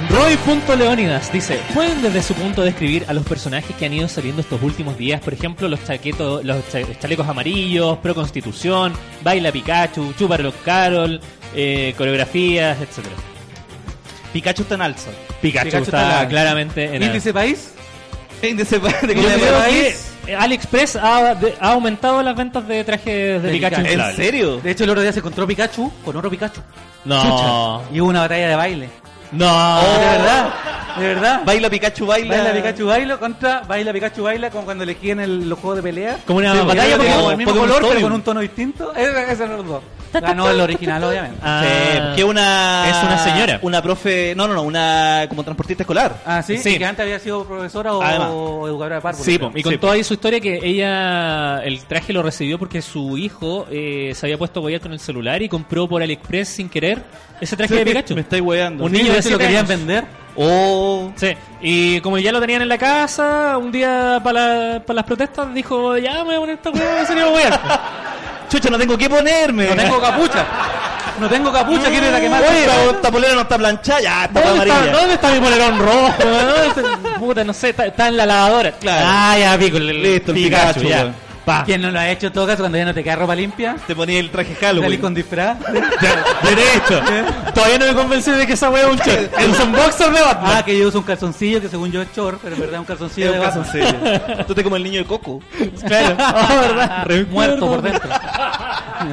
B: Roy.leonidas dice, ¿pueden desde su punto describir a los personajes que han ido saliendo estos últimos días? Por ejemplo, los chaquetos, los cha- chalecos amarillos, pro constitución, baila Pikachu, chupa los Carol, eh, coreografías, etcétera.
C: Pikachu está en alza.
B: Pikachu,
A: Pikachu
B: está,
A: está la-
B: claramente en
A: Índice país.
C: Índice de
B: Yo
A: Corea del
B: creo
A: País.
B: que eh, AliExpress ha, de- ha aumentado las ventas de trajes de,
A: De
B: Pikachu.
A: Pikachu.
C: ¿En
B: inflables.
C: serio?
A: De hecho, el otro día se encontró Pikachu con otro Pikachu.
B: No,
A: Y hubo una batalla de baile.
B: no.
A: De verdad, de verdad.
C: Baila Pikachu, baila.
A: Baila Pikachu baila contra baila Pikachu baila como cuando le quieren el- los juegos de pelea.
B: Como una
A: Sí,
B: batalla
A: era como
B: Pokémon.
A: el mismo
C: Pokémon
A: color pero
C: Stadium.
A: con un tono distinto. Ese ese eran los dos. Ganó el original obviamente.
B: Ah,
C: Sí, que una.
B: Es una señora.
C: Una profe. No, no, no, una. Como transportista escolar.
A: Ah, sí,
B: Sí.
A: Y que antes había sido profesora o,
C: Además.
A: o educadora de párvulos.
B: Sí,
A: creo.
B: po, y contó ahí su historia que ella el traje lo recibió porque su hijo eh, se había puesto a huear con el celular y compró por AliExpress sin querer ese traje de Pikachu.
C: Me estáis weando.
B: Un
A: Sí, de
B: niño de
A: hecho lo
B: siete
A: querían
B: años.
A: vender.
C: Oh.
B: Sí, y como ya lo tenían en la casa, un día para la- para las protestas dijo, ya me voy a poner esta hueá, sería hueá.
C: Chucha, no tengo que ponerme.
A: No tengo capucha. No tengo capucha, quiero ir a quemar.
C: Oye, esta, esta polera no está planchada, ya está
B: ¿Dónde está,
C: amarilla.
B: dónde está mi polerón rojo? ¿Dónde está- Puta, no sé, está, está en la lavadora.
C: Claro.
B: Ah, ya, pico, el- el-
C: Listo, el
B: Pikachu,
C: Pikachu,
B: ya.
C: weón.
B: Pa.
A: ¿Quién no lo ha hecho en todo caso cuando ya no te queda ropa limpia?
C: Te ponía el traje
A: Salí
C: Halloween.
A: con disfraz.
B: Derecho. Todavía no me convencí de que esa hueá es un short. Es un boxer de Batman.
A: Ah, que yo uso un calzoncillo que según yo es short, pero en verdad es un
C: Sí,
A: calzoncillo
C: un
A: de
C: caso en
A: vaso.
C: serio. Tú te como el niño de Coco.
B: Claro. Ah, ¿verdad?
A: Muerto por dentro.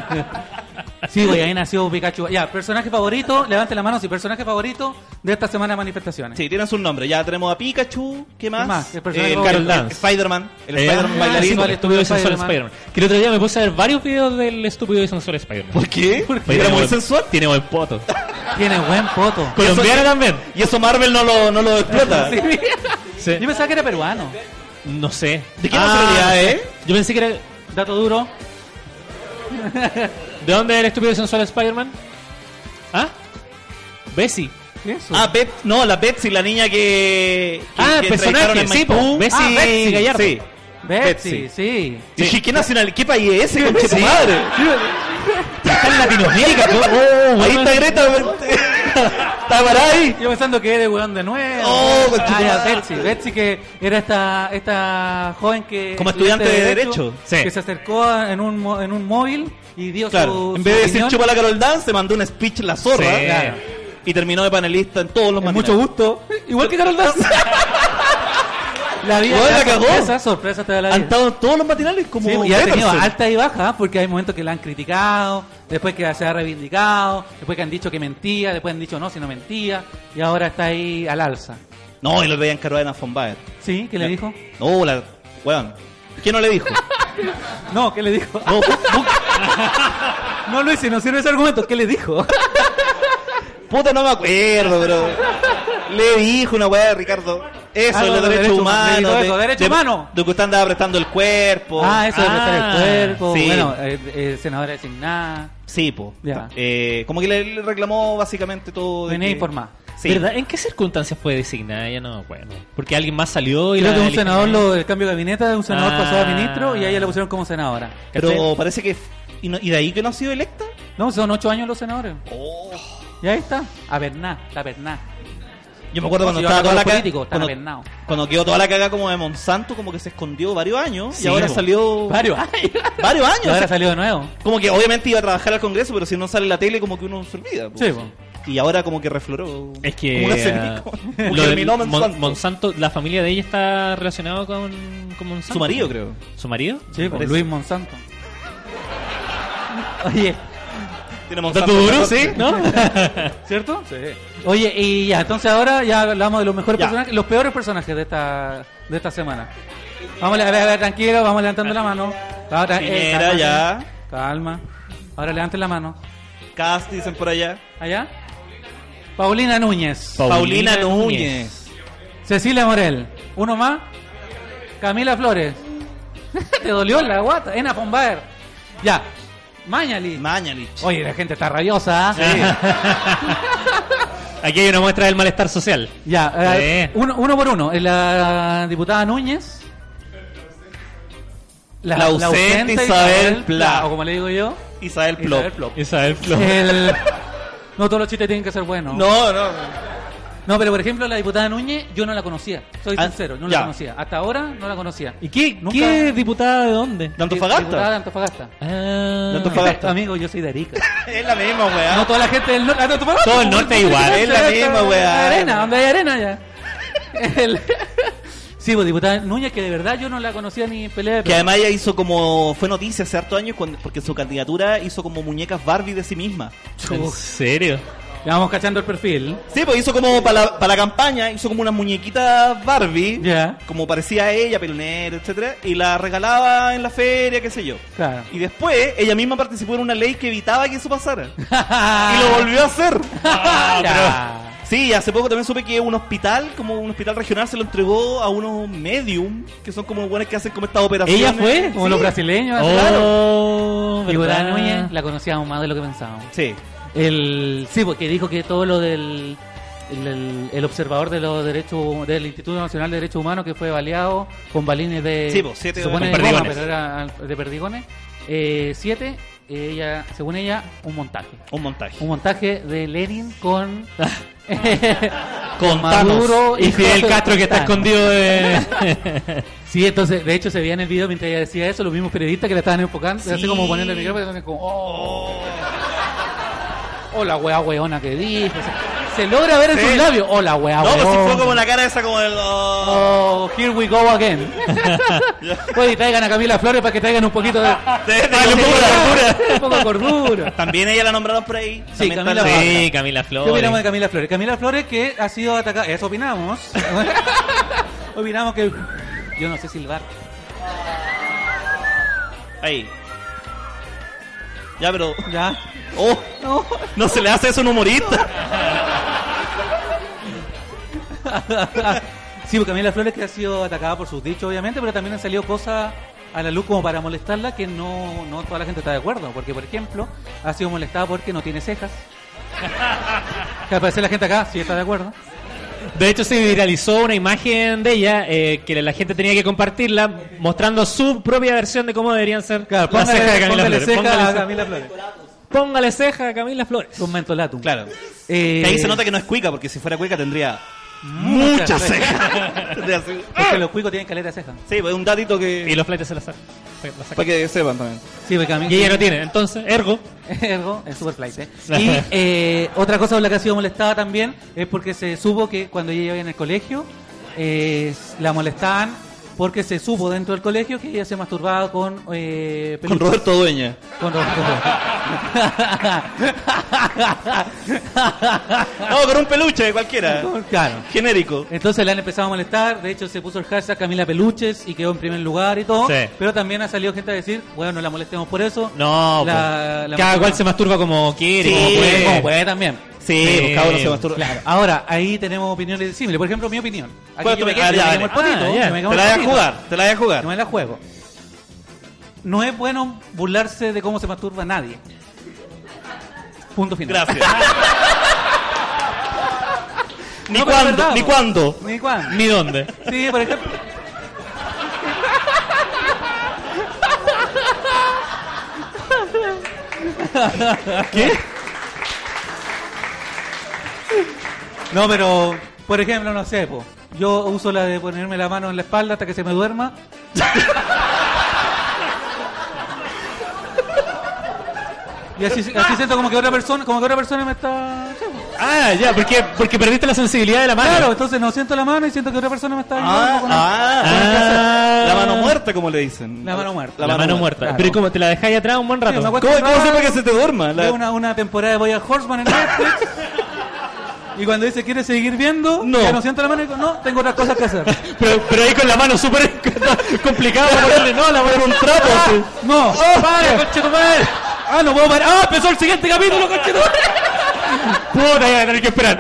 A: Sí, güey, ahí nació Pikachu. Ya, personaje favorito, levante la mano si personaje favorito de esta semana de manifestaciones.
C: Sí, tienen su nombre. Ya tenemos a Pikachu. ¿Qué más?
A: ¿Qué más? El personaje
C: Eh, el
A: favorito.
C: Carol Dance. Spider-Man. El
B: Eh,
C: Spider-Man
A: ah,
C: bailarín.
A: sí, vale.
B: estúpido y sensual
A: Spider-Man.
B: Spider-Man. Que el otro día me puse a ver varios videos del estúpido y sensual Spider-Man.
C: ¿Por qué? Porque
B: Tiene
C: era muy
B: buen-
C: sensual.
B: Tiene buen poto.
A: Tiene buen foto.
B: Colombiano también.
C: Y eso Marvel no lo, no lo explota.
B: Sí.
A: Yo pensaba que era peruano.
B: No sé. Ah,
C: ¿De qué nacionalidad, eh?
B: Yo pensé que era.
A: Dato duro.
B: ¿De dónde era el estúpido y sensual Spider-Man? ¿Ah? Bessie.
A: ¿Qué es eso?
C: Ah, Bet, no, la Betsy, la niña que. que-
B: Ah,
C: que
B: personaje,
C: entrevistaron en
B: sí,
C: Maipú.
B: po. Betsy-
C: Ah, Betsy Gallardo. Sí.
A: Betsy, sí.
C: Sí. Dije, ¿qué nacional? ¿Qué país es ese, conche tu madre?
B: Está en Latinoamérica. ¿no? Oh,
C: Ahí
B: bueno.
C: está Greta. Está parada ahí.
A: Yo pensando que era el weón de nuevo.
C: Oh,
A: Ah,
C: conchetumare.
A: ya, Betsy. Betsy que era esta, esta joven que...
C: Como estudiante de Derecho.
B: Sí.
A: Que se acercó en un, mo- en un móvil y dio
C: Claro,
A: su
C: en vez de
A: su
C: decir
A: opinión.
C: chupa la Carol Dance, se mandó un speech la zorra.
B: Sí.
C: Claro. Y terminó de panelista en todos los
A: Con
C: matinales.
A: mucho gusto. Igual que Carol Dance. la vida
C: Igual
A: te da
C: la cagó.
A: sorpresa, sorpresa te da la
C: Han
A: vida.
C: estado en todos los matinales como
A: Sí, y ha tenido
C: Peterson.
A: altas y bajas, porque hay momentos que la han criticado, después que se ha reivindicado, después que han dicho que mentía, después han dicho no, si no mentía, y ahora está ahí al alza.
C: No, y lo veían Carolina von Baer.
A: ¿Sí? ¿Qué le
C: Ya.
A: dijo?
C: No, la. Weón. ¿Qué no le dijo?
A: No, ¿qué le dijo?
C: No, pu- pu-
A: No, Luis, si no sirve ese argumento, ¿qué le dijo?
C: puta, no me acuerdo, bro. Le dijo una weá de Ricardo. Eso,
A: Ah,
C: de los derechos humanos.
A: Le dijo eso, derechos humanos.
C: De que usted andaba prestando el cuerpo.
A: Ah, eso de prestar
B: Ah,
A: el cuerpo.
C: sí.
A: Bueno, eh, eh, senadora designada.
C: Sí, po.
A: Ya.
C: Eh, como que le, le reclamó básicamente todo. de
A: Venía
C: que-
A: informada.
C: Sí.
B: ¿Verdad? ¿En qué circunstancias fue designada? Ya no me acuerdo. Porque alguien más salió y
A: Creo
B: la
A: que un
B: eligieron.
A: senador, lo, el cambio de gabinete, un senador
B: Ah.
A: pasó a ministro y a ella la pusieron como senadora.
C: Pero
B: ¿Cachai?
C: parece que. ¿Y, no- y de ahí que no ha sido electa?
A: No, son ocho años los senadores.
C: Oh.
A: Y ahí está. A Berná, la Berná.
C: Yo me acuerdo cuando
A: Sí,
C: estaba
A: ahora
C: toda
A: todos los
C: la caga.
A: políticos están
C: Cuando,
A: apenao.
C: cuando quedó toda la caga como de Monsanto, como que se escondió varios años y
B: Sí,
C: ahora
B: po.
C: salió.
A: Varios años.
C: Varios años.
A: Y
C: o
A: ahora
C: sea,
A: salió de nuevo.
C: Como que obviamente iba a trabajar al Congreso, pero si no sale en la tele, como que uno se olvida. po.
A: Sí, po.
C: Y ahora como que refloró.
B: Es que
C: Como una semilla,
B: ah,
C: como- como
B: lo
C: que
B: de
C: germinó
B: Mon-
C: Monsanto.
B: Monsanto, la familia de ella está relacionada con, con Monsanto.
C: Su marido, creo.
B: ¿Su marido? pues,
A: Sí, con
C: parece.
A: Luis Monsanto. Oye,
B: ¿Está
C: Tiene Monsanto.
B: tu duro?
C: ¿no?
B: Sí, ¿no?
A: ¿cierto? Sí. Oye, y ya, entonces ahora ya hablamos de los mejores
C: Ya.
A: personajes, los peores personajes de esta, de esta semana. Vamos, a ver, a ver, tranquilo, vamos levantando la mano. Ahora, eh,
C: Piñera,
A: cálmate.
C: ya.
A: Calma. Ahora levanten la mano.
C: Cast, dicen por allá.
A: ¿Allá? Paulina Núñez.
C: Paulina, Núñez.
A: Cecilia Morel. Uno más. Camila Flores. Te dolió la guata. Ena Pombaer. Ya. Mañalich.
C: Mañalich.
A: Oye, la gente está rabiosa. ¿ah?
B: Aquí hay una muestra del malestar social.
A: Ya, eh,
B: Sí.
A: uno, uno por uno. Eh, La diputada Núñez.
C: La ausente Isabel Pla.
A: O como le digo yo.
C: Isabel Plop.
A: Isabel Plop.
B: Isabel Flores.
A: El- No todos los chistes tienen que ser buenos.
C: No, no.
A: No, pero por ejemplo, la diputada Núñez, yo no la conocía. Soy
C: Ah,
A: sincero, no
C: ya.
A: la conocía. Hasta ahora no la conocía.
B: ¿Y qué,
A: Nunca-
B: qué diputada de dónde?
C: ¿De
A: Diputada de
C: Antofagasta?
A: Antofagasta.
B: Ah,
C: De Antofagasta.
A: Amigo, yo soy de Arica.
C: Es la misma, weá.
A: No toda la gente del norte. Antofagasta,
B: Todo el
A: como
B: norte
A: que-
B: igual,
A: que-
C: es la
A: que-
C: misma,
A: que-
C: weá.
A: Arena, donde hay arena ya. El- Sí, pues diputada Núñez, que de verdad yo no la conocía ni en pelea de
C: Que
A: perro.
C: además ella hizo como. Fue noticia hace hartos años cuando- porque su candidatura hizo como muñecas Barbie de sí misma.
B: ¿En
A: Uf,
B: serio?
A: Ya vamos cachando el perfil.
C: Sí, pues hizo como para la, para la campaña, hizo como unas muñequitas Barbie.
A: Ya.
C: Como parecía a ella, pelo negro, etcétera Y la regalaba en la feria, qué sé yo.
A: Claro.
C: Y después ella misma participó en una ley que evitaba que eso pasara. Y lo Ah, volvió a hacer.
A: Ya.
C: Sí, hace poco también supe que un hospital, como un hospital regional, se lo entregó a unos medium, que son como buenos que hacen como estas operaciones.
B: ¿Ella fue?
A: Como
C: Sí. Oh,
A: los
B: Ah,
A: brasileños.
B: Oh,
A: Diputada
B: ¿verdad?
A: Núñez, la conocíamos más de lo que pensábamos.
C: Sí.
A: El, sí, porque dijo que todo lo del el, el- el observador de los derechos del Instituto Nacional de Derechos Humanos que fue baleado con balines de
C: Sí, po, siete-
A: se supone
B: pues, con
A: de goma, pero
B: perdigones.
A: era al- de perdigones Eh, siete eh, ella según ella un montaje
C: Un montaje.
A: un montaje de Lenin con
B: Con
A: Maduro
B: Thanos y Fidel
A: con
B: Castro que está
A: Thanos.
B: escondido de...
A: Sí, entonces, de hecho se veía en el video mientras ella decía eso, los mismos periodistas que la estaban enfocando,
C: Sí.
A: así como poniendo el micrófono, y hacen como, oh, oh, la weá weona que dijo. o sea, se logra ver en
C: Sí.
A: sus labios, oh, la weá
C: no, pues
A: weona.
C: si fue como la cara esa como el. oh.
A: Oh, here we go again. Oye, traigan a Camila Flores para que traigan un poquito de...
C: Sí,
A: Ah,
C: dale un poco de altura.
A: Un poco de cordura.
C: También ella la nombraron por ahí.
A: Sí,
C: También
A: Camila
C: está-
A: Vargas.
B: sí, Camila
A: ¿Qué opinamos de
B: Flores.
A: Camila Flores? Camila Flores que ha sido atacada. Eso opinamos. opinamos que. Yo no sé silbar.
C: Ahí. Ya, pero.
A: Ya.
C: ¡Oh!
A: No.
C: No se le hace eso a un humorista.
A: sí, porque Camila Flores que ha sido atacada por sus dichos, obviamente, pero también han salido cosas a la luz como para molestarla que no, no toda la gente está de acuerdo. Porque, por ejemplo, ha sido molestada porque no tiene cejas. Que al parecer la gente acá sí está de acuerdo.
B: De hecho, se viralizó una imagen de ella eh, que la gente tenía que compartirla mostrando su propia versión de cómo deberían ser
A: Claro,
B: las
A: póngale,
B: cejas de Camila
A: póngale
B: Flores.
A: ceja
B: Póngale
A: a Camila Flores.
B: ceja- Póngale ceja a Camila Flores.
A: Con mentolatum.
C: Claro.
A: Eh,
C: Que ahí se nota que no es cuica, porque si fuera cuica tendría muchas cejas. Tendría así-
A: Porque los cuicos tienen caleta de ceja.
C: sí, pues un datito
B: Y
C: que.
B: los fletes se las sacan. Se las
C: Para
B: sacan.
C: que sepan también.
A: Sí, porque Camila.
B: Y ella no tiene. Entonces, ergo,
A: Ergo, en Superfly. ¿eh? Y eh, otra cosa por la que ha sido molestada también es porque se supo que cuando ella iba en el colegio eh, la molestaban porque se supo dentro del colegio que ella se masturbaba con eh,
C: Con
A: peluches.
C: Roberto Dueña.
A: Con Roberto.
C: No, Oh, con un peluche cualquiera.
A: claro.
C: Genérico.
A: Entonces la han empezado a molestar, de hecho se puso el hashtag Camila Peluches y quedó en primer lugar y todo,
B: Sí.
A: pero también ha salido gente a decir, bueno, no la molestemos por eso.
B: No,
A: La-
B: pues,
A: la
B: cada
A: masturba-
B: cual se masturba como quiere.
C: Sí,
B: como puede.
A: Como puede también.
C: Sí,
B: Sí,
C: pues, cada uno se masturba.
A: Claro. Ahora, ahí tenemos opiniones similares. Por ejemplo, mi opinión. Aquí
C: ¿Cuál
A: yo
C: es tu
A: me,
C: opinión?
A: quedo-
C: Ah, ya,
A: yo me
C: vale.
A: como el patito,
B: Ah, ya.
A: yo me
C: Te
A: como
C: la voy
A: el
C: a
A: patito.
C: jugar, te la voy a jugar.
A: No me la juego. No es bueno burlarse de cómo se masturba nadie. Punto final.
C: Gracias. ni
A: No, pero es
C: cuándo,
A: verdad,
C: ni
A: po.
C: cuándo.
A: Ni cuándo.
B: pues. Ni dónde.
A: Sí, por ejemplo. ¿Qué? No, pero, por ejemplo, no sé, po. yo uso la de ponerme la mano en la espalda hasta que se me duerma. Y así, así siento como que otra persona, como que otra persona me está. sí, po.
B: Ah, ya, porque, porque perdiste la sensibilidad de la mano.
A: Claro, entonces no siento la mano y siento que otra persona me está.
C: Ah,
A: ayudando con-
C: ah,
B: Ah.
C: la mano muerta, como le dicen.
A: La mano muerta.
B: La, mano, muerta.
A: claro.
B: Pero ¿y cómo? ¿Te la dejáis atrás un buen rato?
A: Sí, me acuerdo
C: ¿Cómo, cómo
A: Ah.
C: sepa que se te duerma? La-
A: Veo una, una temporada de Boya Horseman en Netflix. y cuando dice, ¿quieres seguir viendo?
C: No.
A: Ya no siento la mano y digo, no, tengo otras cosas que hacer.
B: pero, pero ahí con la mano súper complicada para ponerle, no, la voy a un trapo. así.
C: Oh,
A: No,
B: ¡Para, conchetumadre!
A: ah, no puedo parar. Ah, empezó el siguiente capítulo, conchetumare.
B: Puta, ya voy a tener que esperar.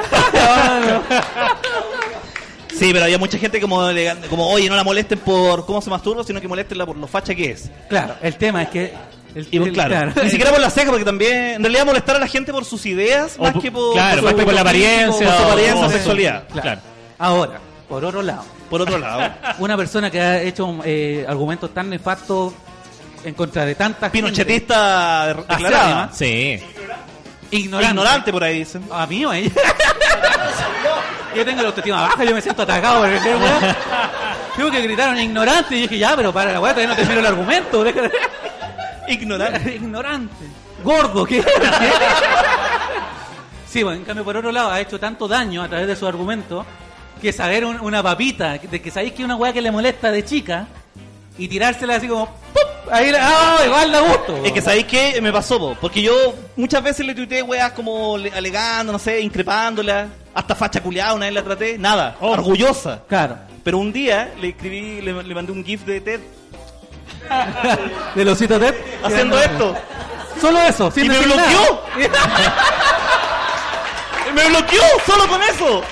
C: Sí, pero había mucha gente como, elegante, como, oye, no la molesten por cómo se masturba, sino que molestenla por lo facha que es.
A: Claro, el tema es que. El,
C: Y pues,
A: el-
C: claro, ni siquiera por la ceja, porque también, en realidad, molestar a la gente por sus ideas,
B: O
C: más
B: por-
C: que por,
B: claro,
C: su
B: más que por la
C: gusto físico,
B: apariencia
C: por su
B: o-
C: apariencia,
B: o-
C: sexualidad.
A: Claro.
B: Claro.
A: Ahora, por otro lado,
C: Por otro lado,
A: una persona que ha hecho eh, argumentos tan nefastos en contra de tantas.
C: pinochetista de- declarada,
B: Sí.
A: Ignorante.
C: ignorante por ahí dicen.
A: A mí o a ella. Ah, ¿eh? yo tengo la autoestima baja, yo me siento atacado por el weón. Digo que gritaron ignorante y dije, ya, pero para la weá, todavía no termino el argumento. deja de-
C: Ignorante.
A: ignorante. Gordo, ¿qué? sí, bueno, en cambio, por otro lado, ha hecho tanto daño a través de su argumento que saber un- una papita, de que sabéis que es una weá que le molesta de chica y tirársela así como, ¡pup! Ahí, la- ¡ah! Igual da gusto.
C: Es que sabéis qué me pasó, po? porque yo muchas veces le tuiteé weas como le- alegando, no sé, increpándola, hasta facha culiada, una vez la traté, nada,
B: Oh.
C: orgullosa.
A: Claro.
C: Pero un día le escribí, le, le mandé un gif de Ted
A: De losito Ted.
C: haciendo esto.
A: Solo eso. sin
C: ¡Y me
A: decir
C: bloqueó!
A: nada.
C: ¡Y ¡Me bloqueó solo con eso!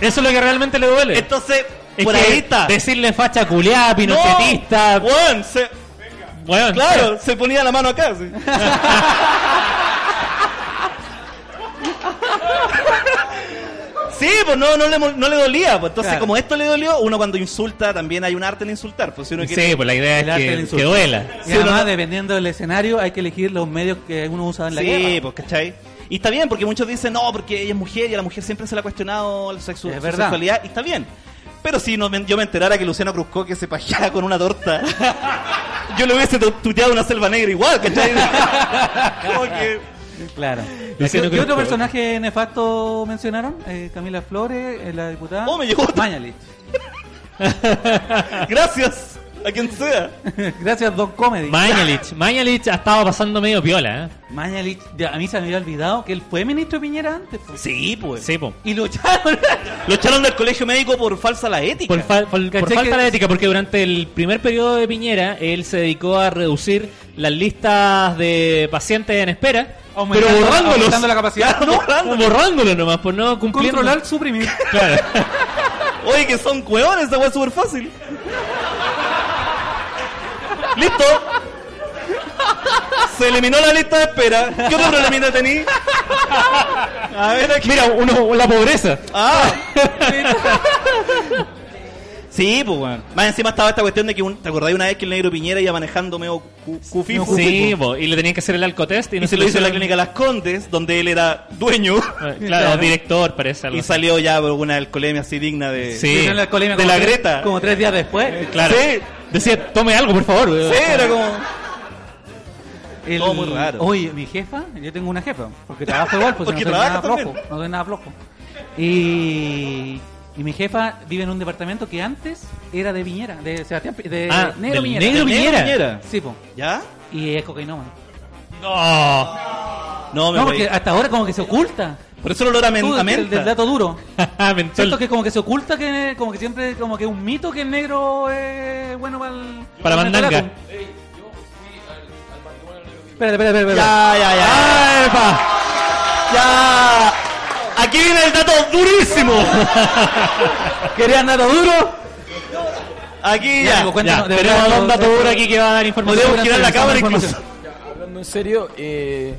B: Eso es lo que realmente le duele.
C: Entonces,
B: Es
C: por
B: que
C: ahí está.
B: Decirle facha culiada,
C: No,
B: pinochetista.
C: weón, se-
B: Bueno, eh,
C: claro, se ponía la mano acá. sí. Sí, pues no, no, le, mol- no le dolía. Pues. Entonces,
A: Claro.
C: como esto le dolió, uno cuando insulta también hay un arte en insultar. Pues, si uno quiere-
B: Sí, pues la idea
A: El arte del
B: es que,
A: insulto.
B: que duela.
A: Y
C: Sí,
A: además,
C: no, no.
A: dependiendo del escenario, hay que elegir los medios que uno usa en la guerra.
C: Sí, pues, ¿cachai? Y está bien, porque muchos dicen, no, porque ella es mujer y a la mujer siempre se le ha cuestionado la sexu-
A: Es
C: su
A: verdad.
C: sexualidad. Y está bien. Pero si no me- yo me enterara que Luciano Cruzco que se pajeaba con una torta, yo le hubiese tu- tuteado una selva negra igual, ¿cachai? Como que-
A: Claro.
B: Luciano
A: ¿Qué, qué otro
B: Cruzco.
A: personaje nefasto mencionaron? Eh, Camila Flores, eh, la diputada.
C: Oh, me llegó otra.
A: Mañalich.
C: Gracias a quien sea.
A: Gracias, Don Comedy.
B: Mañalich. Mañalich ha estado pasando medio viola, ¿eh?
A: Mañalich, ya, a mí se me había olvidado que él fue ministro de Piñera antes. po.
C: Sí, pues.
B: Sí, po.
A: Y lucharon.
C: Lo echaron del colegio médico por falsa la ética.
B: Por, fal- por- por
A: ¿Cachai
B: falta
A: que-
B: de ética, porque durante el primer periodo de Piñera, él se dedicó a reducir las listas de pacientes en espera,
A: Aumentando-
B: pero borrándolos.
A: aumentando la capacidad.
B: Claro,
A: No.
B: borrándolos. borrándolos nomás, por no cumplir.
A: Controlar, suprimir.
B: Claro.
C: Oye, que son cueones, esa weá es súper fácil. ¡Listo! Se eliminó la lista de espera. ¿Qué otro problemita tení? A ver aquí.
B: Mira, uno, la pobreza.
C: Ah. Sí, pues weón. Más encima estaba esta cuestión de que un- ¿te acordáis una vez que el negro Piñera iba manejando medio cu- cufifo?
B: Sí, po, y le tenían que hacer el alcotest y no
C: Y se lo hizo en la
B: hicieron.
C: clínica Las Condes, donde él era dueño.
B: Eh, Claro,
A: Claro.
B: director, parece algo.
C: Y
B: así.
C: salió ya por una alcoholemia así digna de.
B: Sí.
A: Lucharon en la colemia
C: De
A: como
C: la
A: tres-
C: Greta.
A: Como tres días después.
B: Claro.
C: Sí.
B: Decía, tome algo, por favor.
C: Sí, era como.
A: El-
C: Todo muy raro.
A: Oye, mi jefa, yo tengo una jefa, porque trabajo igual, pues
C: Porque
A: no soy
C: trabaja
A: nada flojo,
C: también.
A: no soy nada flojo. Y, y mi jefa vive en un departamento que antes era de Viñera, de Sebastián Pi- de
B: Ah,
A: Negro
B: del
A: Viñera.
B: Negro
A: Del
B: Viñera.
A: Sí, po.
C: ¿Ya?
A: Y es cocainómano.
B: No.
C: No, me
A: No,
C: voy.
A: porque hasta ahora como que se oculta.
C: Por eso el olor a, men-
A: Tú,
C: a
A: el-
C: menta.
A: el del dato duro.
B: Mentol.
A: Siento que como que se oculta que como que siempre como que es un mito que el negro es bueno para el
B: Para
A: el
B: mandanga.
A: mentolato. Espérate, espérate, espérate. espérate.
C: Ya, ya, ya.
B: ¡Ah, epa!
C: Ah. Ya. Aquí viene el dato durísimo.
A: ¿Querían dato duro? Ya,
C: Aquí ya.
A: amigo,
B: Ya,
A: cuéntanos, deberíamos-
B: tenemos a Don Dato Duro aquí que va a dar información.
C: Podríamos girar la cámara incluso.
E: Hablando en serio, eh,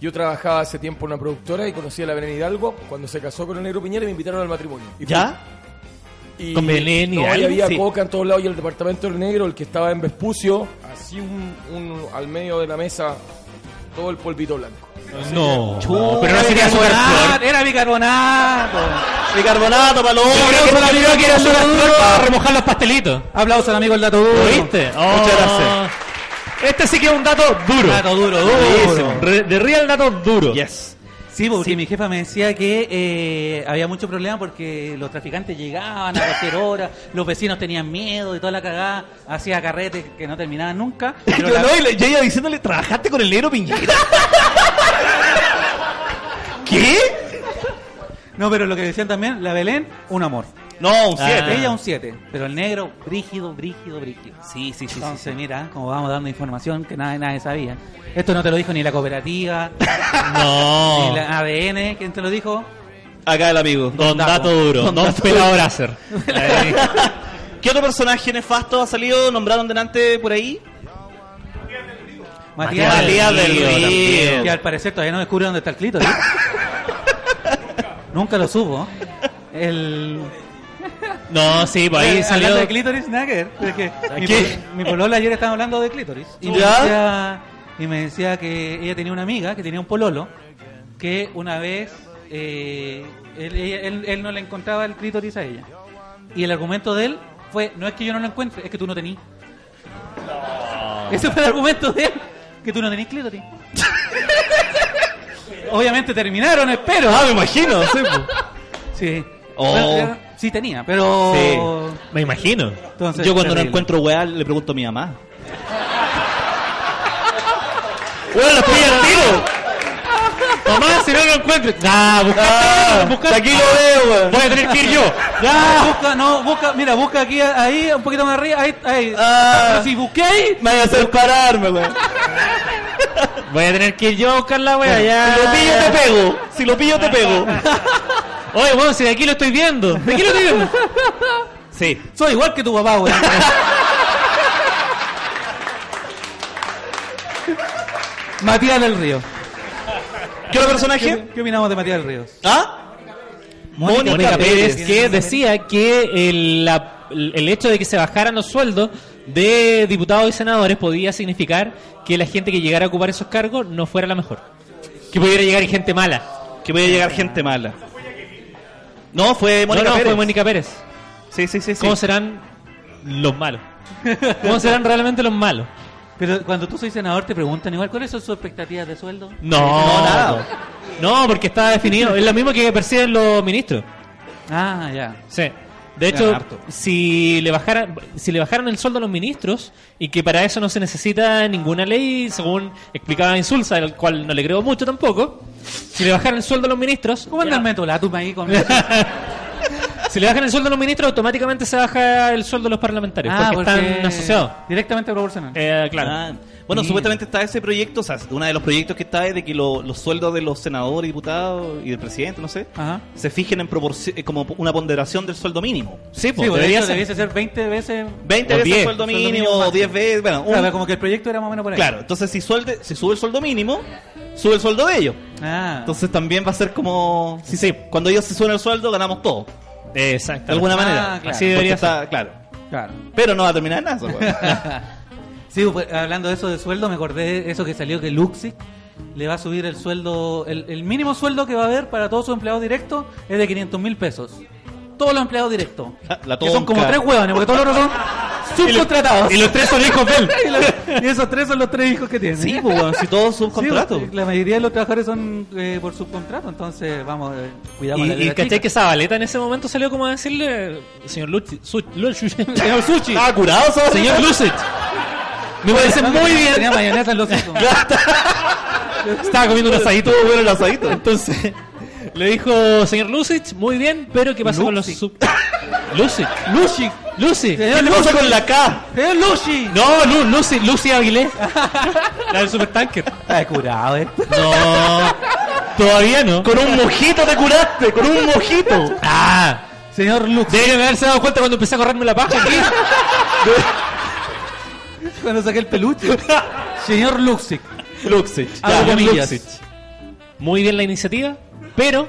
E: yo trabajaba hace tiempo en una productora y conocí a la Belén Hidalgo cuando se casó con el negro Piñera y me invitaron al matrimonio. Y
C: ¿Ya?
E: fui. Y-
B: ¿Con Belén
E: no, y
B: Hidalgo?
E: había
C: Sí.
E: coca en todos lados y el departamento del negro, el que estaba en Vespucio, así un, un- al medio de la mesa, todo el polvito blanco.
B: No. Pero no sería
A: Bicarbonato,
B: superflor.
A: Era bicarbonato.
C: Bicarbonato, palo.
B: Creo que la Ah, miró que era superflor para remojar los pastelitos.
A: Aplausos al amigo el dato duro.
B: ¿Lo viste?
C: Muchas gracias.
B: Este sí que es un dato duro.
A: Dato duro,
B: Buenísimo.
A: duro.
B: Re- de real dato duro.
C: Yes.
A: Sí, porque mi jefa me decía que eh, había mucho problema porque los traficantes llegaban a cualquier hora, los vecinos tenían miedo y toda la cagada, hacía carretes que no terminaban nunca. Pero
C: Yo
A: la-
C: no, y le- y ella diciéndole, ¿trabajaste con el negro Piñera? ¿Qué?
A: No, pero lo que decían también, la Belén, un amor.
C: No, un
B: Ah.
C: 7.
A: Ella un 7, pero el negro, brígido, brígido, brígido.
C: Sí, sí, sí.
A: Entonces, mira, como vamos dando información que nadie, nadie sabía. Esto no te lo dijo ni la cooperativa, ni
B: No.
A: la ADN, ¿quién te lo dijo?
C: Acá el amigo.
B: Don dato duro. Don, pelabracer. Ahí.
C: ¿Qué otro personaje nefasto ha salido? ¿Nombraron delante por ahí?
A: Matías,
C: Matías del Río.
A: Que al parecer todavía no descubre dónde está el clítoris. Nunca lo supo. El...
B: No, sí, pues
A: Eh,
B: ahí
A: Hablando
B: salió. Ah,
A: de clítoris, nada que ver. Es que mi,
B: ¿Qué?
A: pol- mi polola ayer estaba hablando de clítoris. Y me,
C: ¿Ya?
A: decía, y me decía que ella tenía una amiga, que tenía un pololo, que una vez eh, él, ella- él- él no le encontraba el clítoris a ella. Y el argumento de él fue, no es que yo no lo encuentre, es que tú no tenís. Ese fue el argumento de él, que tú no tenís clítoris. Obviamente terminaron, espero. pues.
C: Ah, me imagino. sí, po.
A: Sí.
C: Oh.
A: Bueno, sí tenía, pero...
C: Sí.
B: Me imagino.
A: Entonces,
C: Yo cuando no
A: terrible.
C: encuentro weá le pregunto a mi mamá.
B: ¡Bueno, los pilla al tiro! Mamá, si no lo encuentro. Nah, busca.
C: Ah,
B: busca-
C: aquí lo veo, weón.
B: Voy a tener que ir yo.
A: Ah, busca, no, busca, mira, busca aquí, ahí, un poquito más arriba, ahí, ahí.
C: Ah.
A: Pero si busqué ahí,
C: Me voy a hacer pararme, weón.
B: Voy a tener que ir yo a buscar la wea ya.
C: Si lo pillo, te pego. Si lo pillo, te pego.
B: Oye, bueno, si de aquí lo estoy viendo. De aquí lo estoy viendo. Sí.
A: soy igual que tu papá, güey. Matías del Río.
C: ¿Qué otro
A: ¿Qué,
C: personaje?
A: qué opinamos de Matías del Río?
C: ¿Ah,
B: Mónica,
C: Mónica
B: Pérez,
C: Pérez.
B: que decía que el, la- el hecho de que se bajaran los sueldos de diputados y senadores podía significar que la gente que llegara a ocupar esos cargos no fuera la mejor. Que pudiera llegar gente mala.
C: que voy a llegar gente mala. No, fue Mónica
B: no, no,
C: Pérez.
B: fue Mónica Pérez.
C: Sí, sí, sí. sí.
B: ¿Cómo serán los malos? ¿Cómo serán realmente los malos?
A: Pero cuando tú soy senador te preguntan igual, ¿cuáles son sus expectativas de sueldo?
B: No,
C: No, nada.
B: No, porque está definido. Es lo mismo que perciben los ministros.
A: Ah, ya.
B: Sí. De hecho,
C: harto.
B: si le bajaran, si le bajaran el sueldo a los ministros y que para eso no se necesita ninguna ley, según explicaba Insulza, el cual no le creo mucho tampoco, si le bajaran el sueldo a los ministros,
A: ¿Cómo anda el metolatum ahí con...
B: si le bajan el sueldo a los ministros, automáticamente se baja el sueldo a los parlamentarios, porque, están asociados.
A: Ah, Directamente proporcional.
B: Eh, claro.
C: Ah, bueno,
A: Sí.
C: supuestamente está ese proyecto, o sea, uno de los proyectos que está es de que lo- los sueldos de los senadores, diputados y del presidente, no sé,
A: Ajá.
C: se fijen en proporci- eh, como una ponderación del sueldo mínimo.
B: sí,
A: Sí,
B: pues,
A: por
B: debería
A: eso
B: ser.
A: debiese ser 20 veces...
C: 20
B: O
C: veces
B: 10,
C: el sueldo
A: sueldo mínimo
C: mínimo, o
A: máximo.
C: 10 veces, bueno, un-
A: Claro, como que el proyecto era más o menos por ahí.
C: claro. Entonces, si, suelde, si sube el sueldo mínimo, sube el sueldo de ellos.
A: Ah.
C: Entonces también va a ser como...
B: Sí, sí.
C: Cuando ellos se suben el sueldo, ganamos todo.
B: Exacto.
C: De alguna
A: Ah,
C: manera.
A: claro.
C: Así debería estar, claro.
A: claro.
C: Pero no va a terminar en nada. eso, weón.
A: Sí, pues, hablando de eso de sueldo, me acordé de eso que salió que Luxi le va a subir el sueldo, el, el mínimo sueldo que va a haber para todos sus empleados directos es de 500 mil pesos. Todos los empleados directos.
C: La- la
A: que son
C: tonca.
A: como tres huevones, porque todos los otros son Subcontratados.
B: Y los tres son hijos de él.
A: Y los- y esos tres son los tres hijos que tiene.
C: Sí, pues, weón, si todos subcontratos.
A: Sí, la mayoría de los trabajadores son eh, por subcontrato, entonces vamos, eh, cuidado con
B: Y,
A: la
B: y
A: letra
B: cachai
A: chica.
B: que Zabaleta en ese momento salió como a decirle, señor Luchi, su- Luchi- señor Sushi,
C: ¿Estaba curado, ¿sabes?
B: señor Lucich, me parece muy bien.
A: Ah, Tenía mayonesa en los síntomas.
B: Estaba comiendo un asadito.
C: Estuvo bueno el asadito.
B: Entonces, le dijo, señor Lucich, muy bien, pero ¿qué pasa con los sub... Lucich,
A: Lucy.
B: Lucy.
A: Señor
C: ¿Qué pasa con la K?
A: ¡Eh, Lucy!
B: No, Lu, Lucy, Lucy Aguilé. La del supertanker.
A: Está curado, eh.
B: No, todavía no.
C: Con un mojito te curaste, con un mojito.
B: Ah,
A: Señor Lux,
B: deberían haberse dado cuenta cuando empecé a correrme la paja aquí.
A: cuando saqué el peluche. Señor Luxic.
C: Luxich.
B: Abro
C: Ya,
B: comillas.
C: Luxich.
B: Muy bien la iniciativa, pero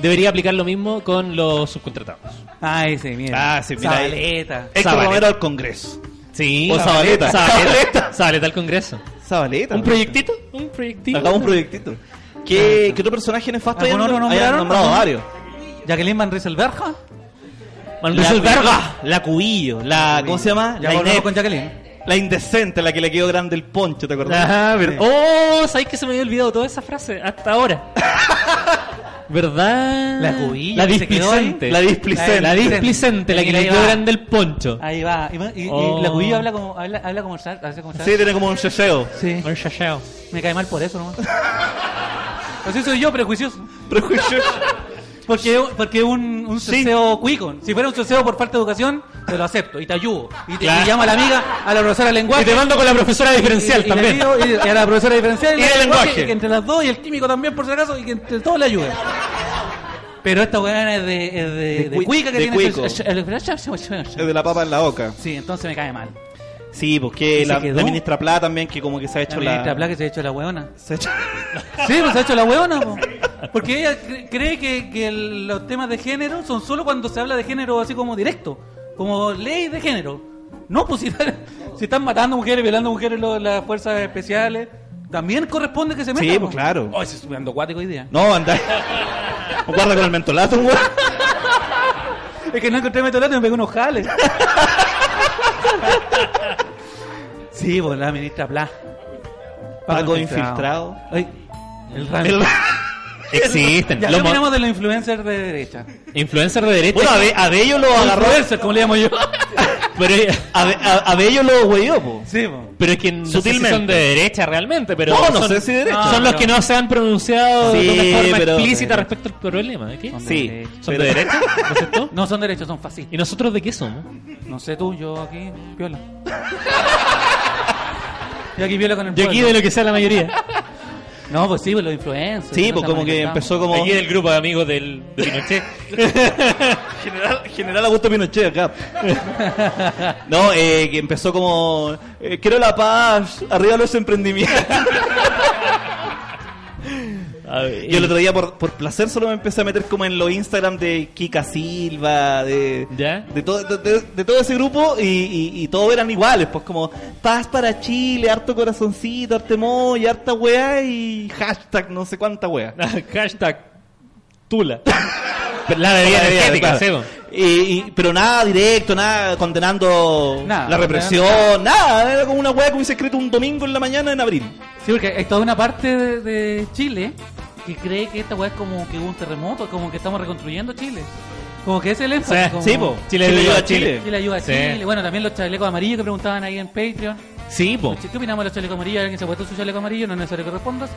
B: debería aplicar lo mismo con los subcontratados.
A: Ay, sí, mira.
C: Ah, sí, mira ahí.
A: Zabaleta.
C: Héctor
B: Zabaleta.
C: Romero al Congreso.
B: Sí.
C: O Zabaleta.
B: Zabaleta.
C: Zabaleta.
B: Zabaleta al Congreso.
C: Zabaleta.
B: ¿Un proyectito? Un proyectito.
C: Hagamos un proyectito. Ah, ¿Qué, ¿Qué otro personaje nefasto hayan,
A: ¿Algún otro
C: hayan
A: nombraron?
C: nombrado
A: ¿Algún?
C: varios?
A: Jacqueline Van Rieselberja.
B: Manuel Jesús Verga.
C: La Cubillo. La, ¿Cómo se llama?
A: Ya
C: La,
A: volvemos
C: inep-
A: con Jacqueline.
C: la indecente, la que le quedó grande el poncho, ¿te acordás?
B: Ajá, ver- Oh, ¿sabéis que se me había olvidado toda esa frase hasta ahora? ¿Verdad?
A: La cubilla
B: ¿eh? La
A: que se quedó ahí.
B: displicente.
C: La displicente.
B: La displicente, la que le
A: Ahí
B: dio
A: va.
B: grande el poncho.
A: Ahí va. Y, y- y
B: Oh.
A: la cubilla habla como, habla, habla como Sar- hace como Sar-
C: Sí, tiene como un chacheo.
A: Sí.
B: Un chachao.
A: Me cae mal por eso nomás. Así soy yo, prejuicioso.
C: Prejuicio.
A: Porque, porque un, un
C: Sí.
A: ceseo cuico. Si fuera un ceseo por falta de educación, te lo acepto y te ayudo. Y, te,
B: Claro.
A: y llamo a la amiga, a la profesora de lenguaje.
B: Y te mando con la profesora diferencial
A: y- y le
B: también.
A: pido- y, y a la profesora diferencial
C: Y de
A: de
C: lenguaje.
A: y que entre las dos y el químico también, por si acaso, y que entre todos le ayuden. Pero esta weá es de, es de,
C: De
A: de
C: cui-
A: cuica que
C: de
A: tiene
C: cuico.
A: el- el-
C: de la papa en la boca.
A: Sí, entonces me cae mal.
C: Sí, porque
A: ¿Y se
C: la,
A: quedó?
C: la ministra Plata también, que como que se ha
A: La
C: hecho la.
A: ministra Plaque se ha hecho la weona.
C: Se ha hecho-
A: Sí, pues se ha hecho la huevona, po. porque ella cre- cree que, que el- los temas de género son solo cuando se habla de género así como directo, como ley de género. No, pues si, están- si están matando mujeres, violando mujeres lo- las fuerzas especiales, también corresponde que se
C: Sí,
A: metan.
C: pues, claro.
A: Oh, se está subiendo cuático hoy día.
C: No, anda. Guarda con el mentolato, weón.
A: Es que no encontré metolato y me pegué unos jales. sí, pues la ministra Pla.
C: Paco infiltrado.
A: Ay, el ramo.
C: El-
B: Existen.
A: Ya,
B: Los
A: ¿qué
B: mo-
A: opinamos de los influencers de derecha?
B: Influencer de derecha.
C: Bueno, a, Be- a Bello lo agarró.
A: Influencers, como le llamo yo.
B: pero,
C: A, Be- a- a Bello lo huevió, po.
A: Sí, po.
B: pero es que no sé si
C: Sutilmente.
B: son de derecha realmente. Pero
C: No, no
B: son,
C: sé si de derecha.
B: Son
A: No,
B: los
A: pero-
B: que no se han pronunciado de
C: Sí,
B: una forma
C: pero-
B: explícita respecto al problema. ¿De qué?
A: Son de
C: Sí.
A: derecha.
B: ¿Son de derecha? ¿No es cierto?
A: No son derechos, son fascistas.
B: ¿Y nosotros de qué somos?
A: No sé tú, yo aquí, viola. yo aquí viola con el
B: Yo aquí de
A: pueblo.
B: lo que sea la mayoría.
A: No, pues sí, pues los influencers. con
C: Sí, pues
A: esa
C: como que
A: manifestamos.
C: empezó como.
B: Aquí del grupo de amigos del de Pinochet.
C: General, General Augusto Pinochet acá. No, eh, que empezó como. eh, quiero la paz, arriba los emprendimientos.
B: A ver,
C: Yo el otro día, por, por placer, solo me empecé a meter como en los Instagram de Kika Silva, de.
B: ¿Ya?
C: De todo, de, de- de todo ese grupo y, y, y todos eran iguales, pues como paz para Chile, harto corazoncito, harto emoji, harta weá y hashtag no sé cuánta weá.
B: Hashtag Tula. La bebida
C: Todavía,
B: energética,
C: claro.
B: Sebo.
C: Y- y- pero nada directo, nada condenando
A: Nada,
C: la represión, nada. Era como una weá que hubiese escrito un domingo en la mañana en abril.
A: Sí, porque hay toda una parte de, de Chile que cree que esta weá es como que hubo un terremoto, como que estamos reconstruyendo Chile. Como que ese es el énfasis.
B: Sí,
A: como-
B: sí, po. Chile
C: Chile
B: ayuda
C: ayuda
B: a Chile.
C: a
A: Chile ayuda a
B: Sí.
A: Chile. Bueno, también los chalecos amarillos que preguntaban ahí en Patreon.
B: Sí, po.
A: ¿Qué opinamos de los chalecos amarillos? ¿Alguien se ha puesto su chaleco amarillo? No es necesario que respondas.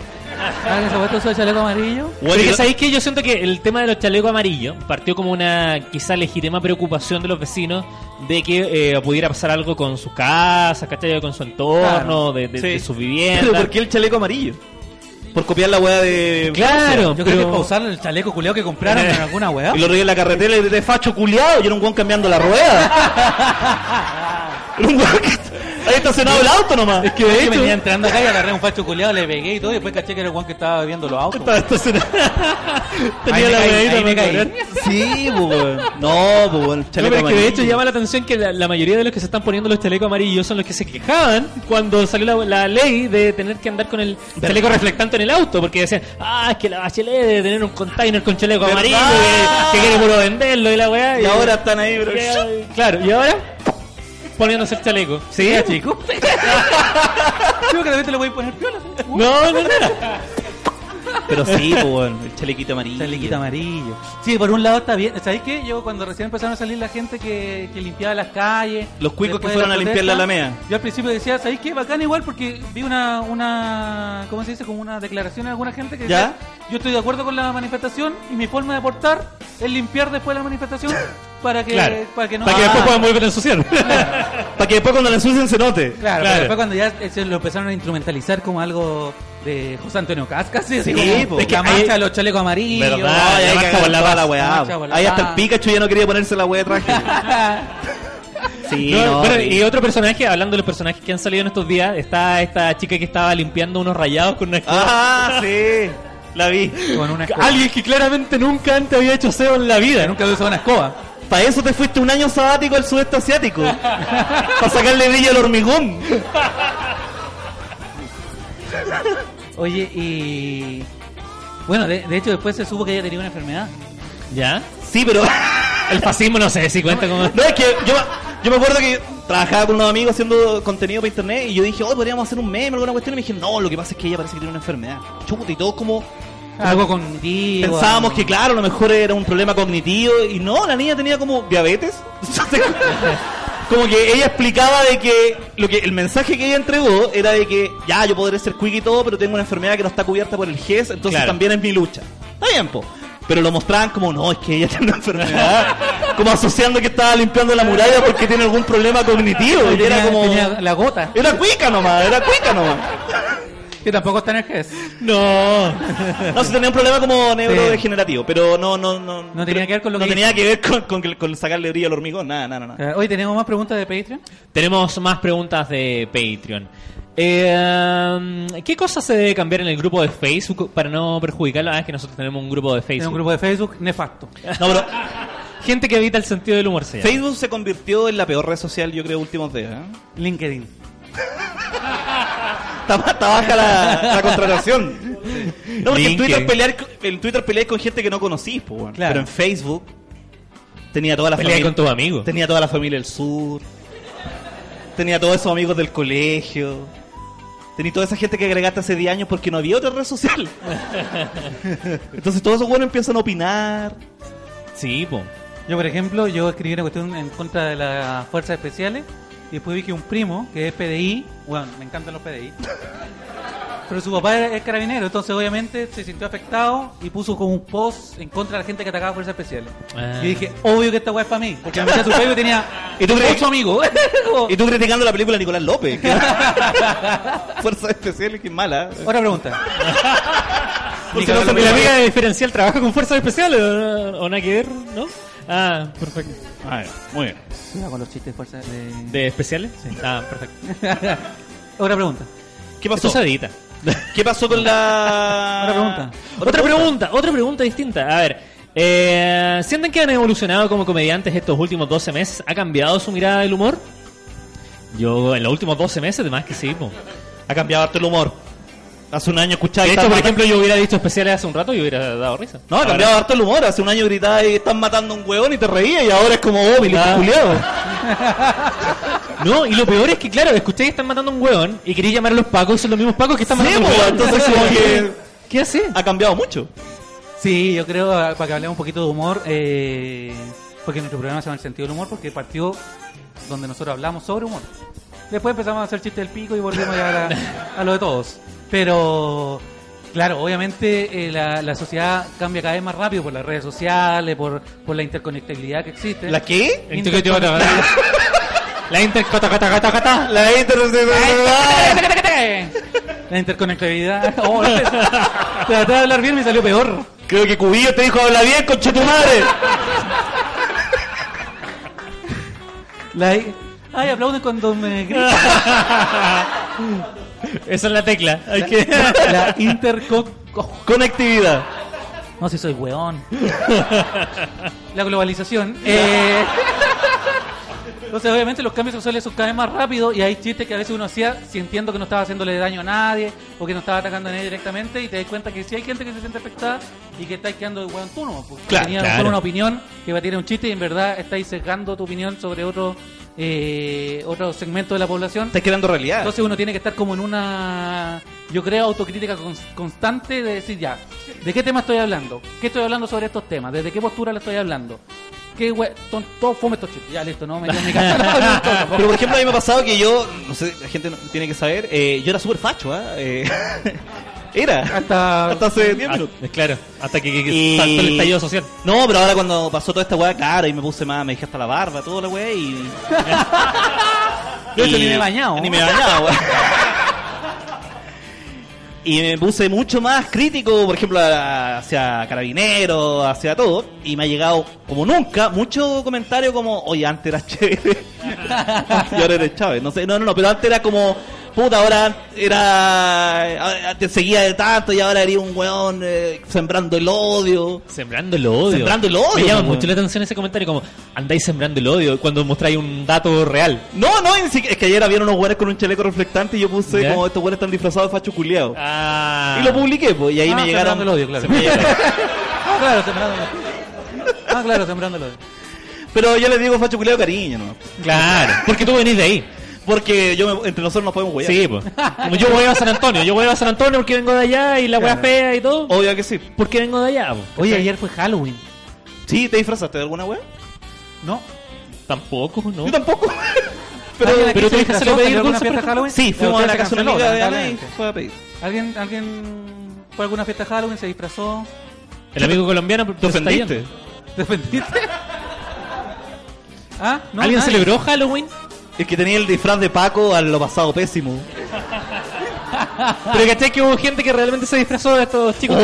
A: ¿Alguien se ha puesto su chaleco amarillo?
B: Pero que sabéis que yo siento que el tema de los chalecos amarillos partió como una quizá legítima preocupación de los vecinos de que eh, pudiera pasar algo con sus casas, ¿cachai? Con su entorno,
A: Claro.
B: de, de-
C: Sí.
B: de sus
C: Pero
B: viviendas.
C: ¿por qué el chaleco amarillo? Por copiar la weá de.
B: Claro,
A: Yo creo que es para
B: pero...
A: usar el chaleco culeado que compraron
C: Eh.
A: en alguna weá.
C: Y lo regué en la carretera y de facho culiado. Yo era un weón cambiando la rueda. Era un weón que había estacionado el auto nomás. Es que
A: Yo venía entrando acá y agarré un facho culeado, le pegué y todo, y después caché que era el Juan que estaba viendo los autos.
C: Estaba estacionado.
A: Ahí
B: Tenía
A: me
B: la
A: caí,
B: bebida
A: ahí me
B: para
A: caí.
B: correr.
C: Sí, pues weón. No, pues weón. el
B: No, pero es
C: Chaleco
B: que
C: amarillo.
B: de hecho llama la atención que la, la mayoría de los que se están poniendo los chalecos amarillos son los que se quejaban cuando salió la, la ley de tener que andar con el chaleco reflectante en el auto, porque decían, ah, es que la bachelet debe tener un container con chaleco
C: ¿Verdad?
B: amarillo que, que quiere puro venderlo y la weá.
C: Y ahora están ahí, bro.
B: Y- claro, y ahora, poniéndose el chaleco. Sí, chico.
A: Creo que de repente le voy a poner piola. ¿sí?
B: No, no, no.
C: Pero sí, pues, bueno, el chalequito amarillo.
A: Chalequito amarillo. Sí, por un lado está bien. ¿Sabéis qué? Yo cuando recién empezaron a salir la gente que, que limpiaba las calles.
C: Los cuicos
A: después
C: que
A: de
C: fueron a limpiar la Alameda.
A: Yo al principio decía, ¿sabéis qué? Bacán igual porque vi una, una ¿cómo se dice? Como una declaración de alguna gente que decía, yo estoy de acuerdo con la manifestación y mi forma de portar es limpiar después de la manifestación para que,
B: Claro.
A: Eh, para que no...
B: Para que después
A: Ah,
B: puedan volver a ensuciar.
C: Para que después cuando la ensucien se note.
A: Claro,
B: Claro.
A: pero después cuando ya eh, se lo empezaron a instrumentalizar como algo de José Antonio Cascas, sí,
C: Sí, po.
A: es que la
C: Es que
A: marcha de los chalecos amarillos.
B: Verdad,
A: Ay,
C: Ay,
B: la marcha
C: ahí cagaron
B: por la
C: toda la
B: paz.
C: weá,
A: La marcha
C: pues.
A: por la
C: Ahí hasta
A: paz.
C: el Pikachu ya no quería ponerse la weá de traje. Sí,
B: No,
C: no,
B: bueno,
C: sí.
B: y otro personaje, hablando de los personajes que han salido en estos días, está esta chica que estaba limpiando unos rayados con una escoba.
C: Ah, sí. La vi.
A: Con una escoba.
B: Alguien que claramente nunca antes había hecho SEO en la vida.
A: Nunca había usado una escoba.
C: Para eso te fuiste un año sabático al sudeste asiático. Para sacarle brillo al hormigón.
A: Oye, y. Bueno, de, de hecho, después se supo que ella tenía una enfermedad.
B: ¿Ya?
C: Sí, pero.
B: El fascismo no sé si cuenta como...
C: No, es que yo, me- yo me acuerdo que trabajaba con unos amigos haciendo contenido para internet y yo dije, oh, podríamos hacer un meme, alguna cuestión. Y me dije, no, lo que pasa es que ella parece que tiene una enfermedad. Chuta, y todos como
A: Algo cognitivo.
C: pensábamos
A: algo-
C: que, claro, a lo mejor era un problema cognitivo. Y no, la niña tenía como diabetes. Entonces, como que ella explicaba de que, lo que el mensaje que ella entregó era de que, ya, yo podré ser quick y todo, pero tengo una enfermedad que no está cubierta por el GES, entonces
B: Claro.
C: también es mi lucha. Está bien, po. Pero lo mostraban como, no, es que ella tiene una enfermedad. como asociando que estaba limpiando la muralla porque tiene algún problema cognitivo. Y
A: Tenía,
C: era como...
A: tenía la gota.
C: Era cuica nomás, era cuica nomás.
A: Que tampoco está en el E GES.
B: No.
C: No, sí tenía un problema como neurodegenerativo, pero no, no, no.
A: No tenía que ver con lo
C: no
A: que
C: tenía que ver con, con que- con sacarle brillo al hormigón, nada, nada, nada.
A: Eh, Oye, ¿tenemos más preguntas de Patreon?
B: Tenemos más preguntas de Patreon. Eh, ¿Qué cosa se debe cambiar en el grupo de Facebook para no perjudicarlo? Ah, es que nosotros tenemos un grupo de
A: En
B: Facebook.
A: un grupo de Facebook nefasto.
B: No, pero gente que evita el sentido del humor. se llama.
C: Facebook se convirtió en la peor red social, yo creo, últimos días. ¿eh?
A: LinkedIn.
C: Está, ba- está baja la, la contratación. No, porque en
B: LinkedIn.
C: Twitter, pelear, co- en Twitter peleáis con gente que no conocís, po, weón.
A: Claro.
C: pero en Facebook tenía toda la
B: Pelea
C: familia.
B: con tus amigos.
C: Tenía toda la familia del sur. Tenía todos esos amigos del colegio. Tenía toda esa gente que agregaste hace 10 años porque no había otra red social. Entonces todos esos buenos empiezan a opinar.
B: Sí, po.
A: Yo, por ejemplo, yo escribí una cuestión en contra de las fuerzas especiales y después vi que un primo, que es PDI, bueno, me encantan los PDI, pero su papá era- es carabinero, entonces obviamente se sintió afectado y puso como un post en contra de la gente que atacaba fuerzas especiales.
B: Ah.
A: Y dije, obvio que esta weá es para mí, porque me metí a su Facebook y tenía
C: ¿Y tú crees-
A: ocho amigos. Como-
C: Y tú criticando la película de Nicolás López. que- Fuerzas especiales, que mala.
A: Otra pregunta.
C: Por si
B: ¿Y
C: no se me
B: la
C: la
B: amiga
C: pega.
B: de diferencial trabaja con fuerzas especiales o, o nada que ver, ¿no? Ah, perfecto.
C: Ah, ya, muy bien.
A: Cuidado con los chistes de fuerzas de...
B: ¿De especiales? Sí. Ah, perfecto.
A: Otra pregunta.
C: ¿Qué
B: Esto
C: pasó?
B: se edita.
C: ¿Qué pasó con la.
A: Otra pregunta.
B: Otra, pregunta? otra pregunta distinta. A ver, eh, ¿sienten que han evolucionado como comediantes estos últimos 12 meses? ¿Ha cambiado su mirada del humor? Yo, en los últimos 12 meses, además que sí, po.
C: Ha cambiado harto el humor. Hace un año escuchaba.
B: De
C: que
B: hecho, por
C: estaban
B: ejemplo, yo hubiera dicho especiales hace un rato y hubiera dado risa.
C: matando- No, ha cambiado harto el humor. Hace un año gritaba y están matando a un huevón y te reía y ahora es como oh, Billy
B: Ah.
C: culiao".
B: No, y lo peor es que, claro, escuché que están matando a un hueón y quería llamar a los pacos y son los mismos pacos que están
C: Sí,
B: matando a un
C: po,
B: hueón.
C: entonces como que-
B: ¿Qué hace?
C: Ha cambiado mucho.
A: Sí, yo creo, ah, para que hablemos un poquito de humor, eh, porque nuestro programa se llama El sentido del humor, porque partió donde nosotros hablamos sobre humor. Después empezamos a hacer chistes del pico y volvimos ya a, la- a lo de todos. Pero, claro, obviamente eh, la, la sociedad cambia cada vez más rápido por las redes sociales, por, por la interconectabilidad que existe.
C: ¿La qué?
B: La inter... cata, cata, cata, cata.
C: La internet.
A: La interconectabilidad. Oh, traté de hablar bien y me salió peor.
C: Creo que Cubillo te dijo habla bien, conche tu madre.
A: La- ay, aplauden cuando me gritan.
B: Esa es la tecla. Hay que...
A: La intercon... oh.
C: Conectividad.
A: No, si soy weón. la globalización. eh, Entonces, obviamente, los cambios sociales son cada vez más rápidos y hay chistes que a veces uno hacía sintiendo que no estaba haciéndole daño a nadie o que no estaba atacando a nadie directamente y te das cuenta que sí hay gente que se siente afectada y que estáis quedando de weón tú, ¿no? Porque
B: Claro,
A: tenía a lo mejor
B: claro.
A: una opinión que va a tener un chiste y en verdad estáis sesgando tu opinión sobre otro eh, otro segmento de la población.
C: Estás quedando realidad.
A: Entonces uno tiene que estar como en una, yo creo, autocrítica cons- constante de decir ya, ¿de qué tema estoy hablando? ¿Qué estoy hablando sobre estos temas? ¿Desde qué postura le estoy hablando? ¿Qué hue- ton- todo fome estos chistes? Ya, listo, no me quedo en mi casa. no hablo
C: Ah,
A: un poco.
C: Pero por ejemplo, a mí me ha pasado que yo, no sé, la gente no- tiene que saber, eh, yo era súper facho, ¿ah? Eh, era.
A: Hasta-
C: Hasta hace 10
B: Ah,
C: minutos.
B: claro, hasta que, que- que
C: Y-
B: saltó el estallido social.
C: No, pero ahora cuando pasó toda esta weá, claro, y me puse más, me dejé hasta la barba, toda la weá, y.
A: Yo eso ni me he bañado.
C: Ni me he bañado, weá. Y me puse mucho más crítico, por ejemplo, a- hacia carabineros, hacia todo. Y me ha llegado, como nunca, mucho comentario como, oye, antes eras chévere. y ahora eres Chávez. No sé, no, no, no, pero antes era como, puta, ahora era. Te seguía de tanto y ahora eres un weón eh, sembrando el odio.
B: Sembrando el odio.
C: Sembrando el odio,
B: Me llama
C: weón.
B: mucho la atención ese comentario como andáis sembrando el odio cuando mostráis un dato real.
C: No, no, ni siquiera- es que ayer habían unos güeyes con un chaleco reflectante y yo puse
B: ¿Ya?
C: como estos güeyes están disfrazados de facho culiao.
B: Ah.
C: Y lo publiqué, pues, y ahí
A: Ah,
C: me llegaron.
A: sembrando el odio, claro.
C: se me llegaron.
A: Ah, claro, sembrando el odio. Ah, claro, sembrando el odio.
C: Pero yo le digo facho culiao cariño, ¿no?
B: Claro, porque tú venís de ahí.
C: Porque yo me- entre nosotros nos podemos güeyar.
B: Sí, pues. Como yo voy a San Antonio, yo voy a San Antonio porque vengo de allá y la weá fea y todo.
C: Obvio que sí.
B: Porque vengo de allá, po?
A: Oye,
B: ¿Cachai?
A: ayer fue Halloween.
C: Sí, ¿te disfrazaste de alguna wea?
A: ¿No?
B: Tampoco, ¿no?
C: Yo tampoco. pero
A: ¿Alguien aquí se
B: pero tuviste que
A: disfrazó?
B: hacerlo pedir
A: ¿Salió alguna
B: dulce,
A: fiesta
B: por
A: de Halloween?
C: sí, fuimos
A: Pero
C: a la
A: se
C: casa de
A: canceló,
C: una amiga de Ana y
A: lamentablemente.
C: fue a pedir.
A: ¿Alguien, alguien fue a alguna fiesta de Halloween, se disfrazó?
B: El amigo colombiano pero
C: ¿Te
B: está
C: ofendiste?
B: yendo.
A: ¿Te ofendiste? ¿Ah? No,
B: ¿Alguien
A: nadie.
B: celebró Halloween?
C: Es que tenía el disfraz de Paco a lo pasado pésimo.
B: Pero cachai que hubo gente que realmente se disfrazó de estos chicos.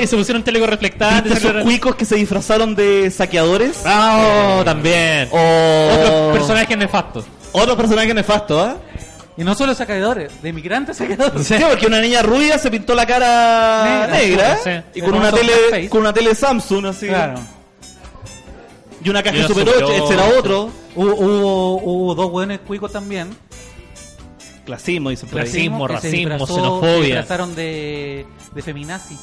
B: Y se pusieron teleco reflectante.
C: ¿Viste esos cuicos que se disfrazaron de saqueadores?
B: ¡Bravo! oh, También.
C: Oh. O
B: Ah. Otros personajes nefastos.
C: Otro personaje nefasto, ¿ah?
A: Y no solo saqueadores, de migrantes saqueadores.
C: Sí, porque una niña rubia se pintó la cara negra,
B: Negra,
C: ¿eh?
B: sí.
C: y con
A: Y
C: una
A: con un
C: tele
A: blackface.
C: con una tele Samsung así.
A: Claro.
C: Y una caja
B: Y una
C: Super
B: Super
C: 8, ese era
B: 8.
C: otro.
A: Hubo, hubo, hubo dos hueones cuicos también.
C: Clasismo dicen por ahí.
B: Clasismo.
A: que se
B: racismo,
A: disfrazó-
B: xenofobia.
A: Se disfrazaron de, de feminazi.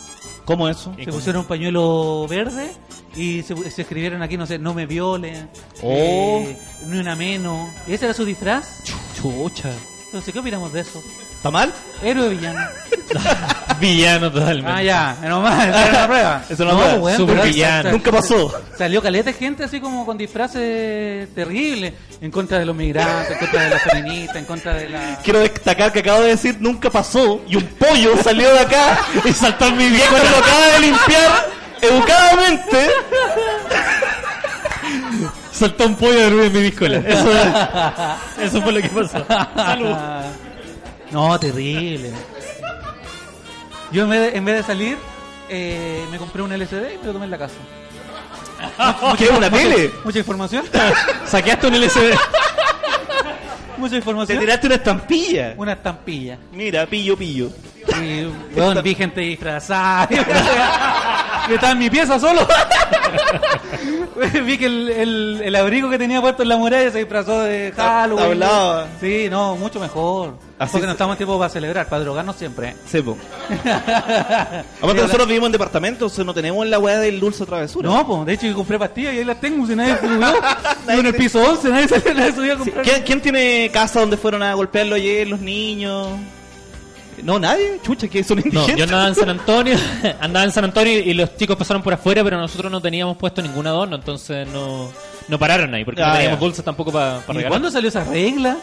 C: ¿Cómo eso?
A: Se pusieron un pañuelo verde y se, se escribieron aquí, no sé, no me violen, eh, ni una menos. Ese era su disfraz.
B: Chucha.
A: Entonces, ¿qué opinamos de eso?
C: ¿Está mal?
A: Héroe o villano.
B: Villano totalmente.
A: Ah, ya, menos mal, esa era una prueba.
C: Eso no pasa.
A: weón,
B: Super
A: pero-
B: villano.
C: Nunca pasó.
A: Salió caleta de gente así como con disfraces terribles en contra de los migrantes, en contra de las feministas, en contra de la.
C: Quiero destacar que acabo de decir nunca pasó y un pollo salió de acá
B: Y saltó en mi
C: y
B: viejo.
C: esto lo acaba de limpiar educadamente.
B: Saltó un pollo de Rubén Vidiscola. Eso, eso fue lo que pasó. Salud.
A: No, terrible. Yo en vez de, en vez de salir, eh, me compré un LCD y me lo tomé en la casa.
C: ¿Qué una tele?
A: Mucha información,
B: Saqueaste un LCD.
A: mucha
C: Te
A: información.
C: tiraste una estampilla.
A: Una estampilla.
C: Mira, pillo, pillo.
A: Y, weón, vi gente disfrazada. Yo estaba en mi pieza solo. vi que el, el- el abrigo que tenía puesto en la muralla se disfrazó de Halloween.
C: Hablaba.
A: Sí, no, mucho mejor.
C: Así
A: Porque
C: se-
A: no estamos en tiempo para celebrar, para drogarnos siempre.
C: Sepo. Aparte nosotros vivimos en departamentos, o sea, no tenemos la weá del dulce o travesura.
A: No, pues, de hecho yo compré pastillas y ahí las tengo, si nadie se subió. Yo en el piso 11, nadie salió, nadie subió a comprar.
C: ¿Quién, quién tiene casa donde fueron a golpearlo ayer los niños? No, nadie. Chucha, que son
B: No,
C: indigentes.
B: yo andaba en San Antonio, andaba en San Antonio y los chicos pasaron por afuera, pero nosotros no teníamos puesto ningún adorno, entonces no, no pararon ahí, porque
C: Ah,
B: no teníamos
C: ya.
B: dulces tampoco para
A: ¿Y
B: regalar.
A: cuándo salió esa regla?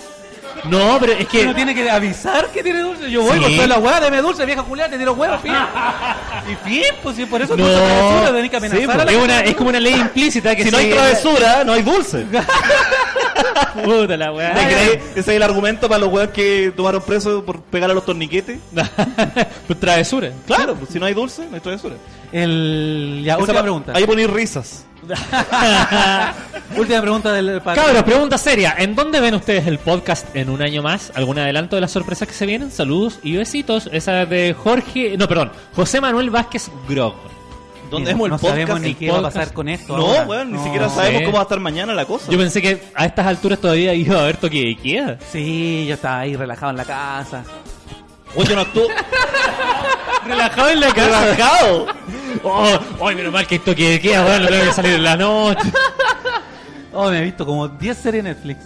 B: No, pero es que
A: Uno tiene que avisar que tiene dulce. Yo voy
B: Sí.
A: con toda la hueá, deme dulce, vieja Julián, te tiro huevos, fin. Y fin, pues si por eso
B: No.
A: no travesura, tenés que
B: Sí, pues,
A: amenazar a la
B: es, una- es como una ley implícita que
C: pues, Si no hay travesura, no hay dulce.
B: puta la weá.
C: ¿Te crees? Ese es el argumento para los weas que tomaron presos por pegar a los torniquetes.
B: Pues travesura.
C: Claro, pues, si no hay dulce, no hay travesura.
A: El... Ya,
C: Esa
A: última
C: pa-
A: pregunta.
C: Ahí ponéis risas.
A: Última pregunta del para-
B: Cabros, pregunta seria. ¿En dónde ven ustedes el podcast en un año más? ¿Algún adelanto de las sorpresas que se vienen? Saludos y besitos. Esa es de Jorge, no, perdón, José Manuel Vázquez Grog.
C: ¿Dónde
A: no
C: vemos el podcast?
A: sabemos ni
C: El
A: qué va a
B: podcast.
A: pasar con esto.
C: No,
A: ahora.
C: weón, ni
A: No.
C: siquiera sabemos
B: Sí.
C: cómo va a estar mañana la cosa.
B: Yo pensé que a estas alturas todavía iba a haber toque de queda.
A: Sí, yo estaba ahí relajado en la casa.
C: Oye, yo no actúo.
B: Relajado en la casa.
C: ¡Relajado!
B: Oh, ay, menos mal que esto que queda, bueno, tengo que salir en la noche.
A: Oh, me he visto como 10 series en Netflix.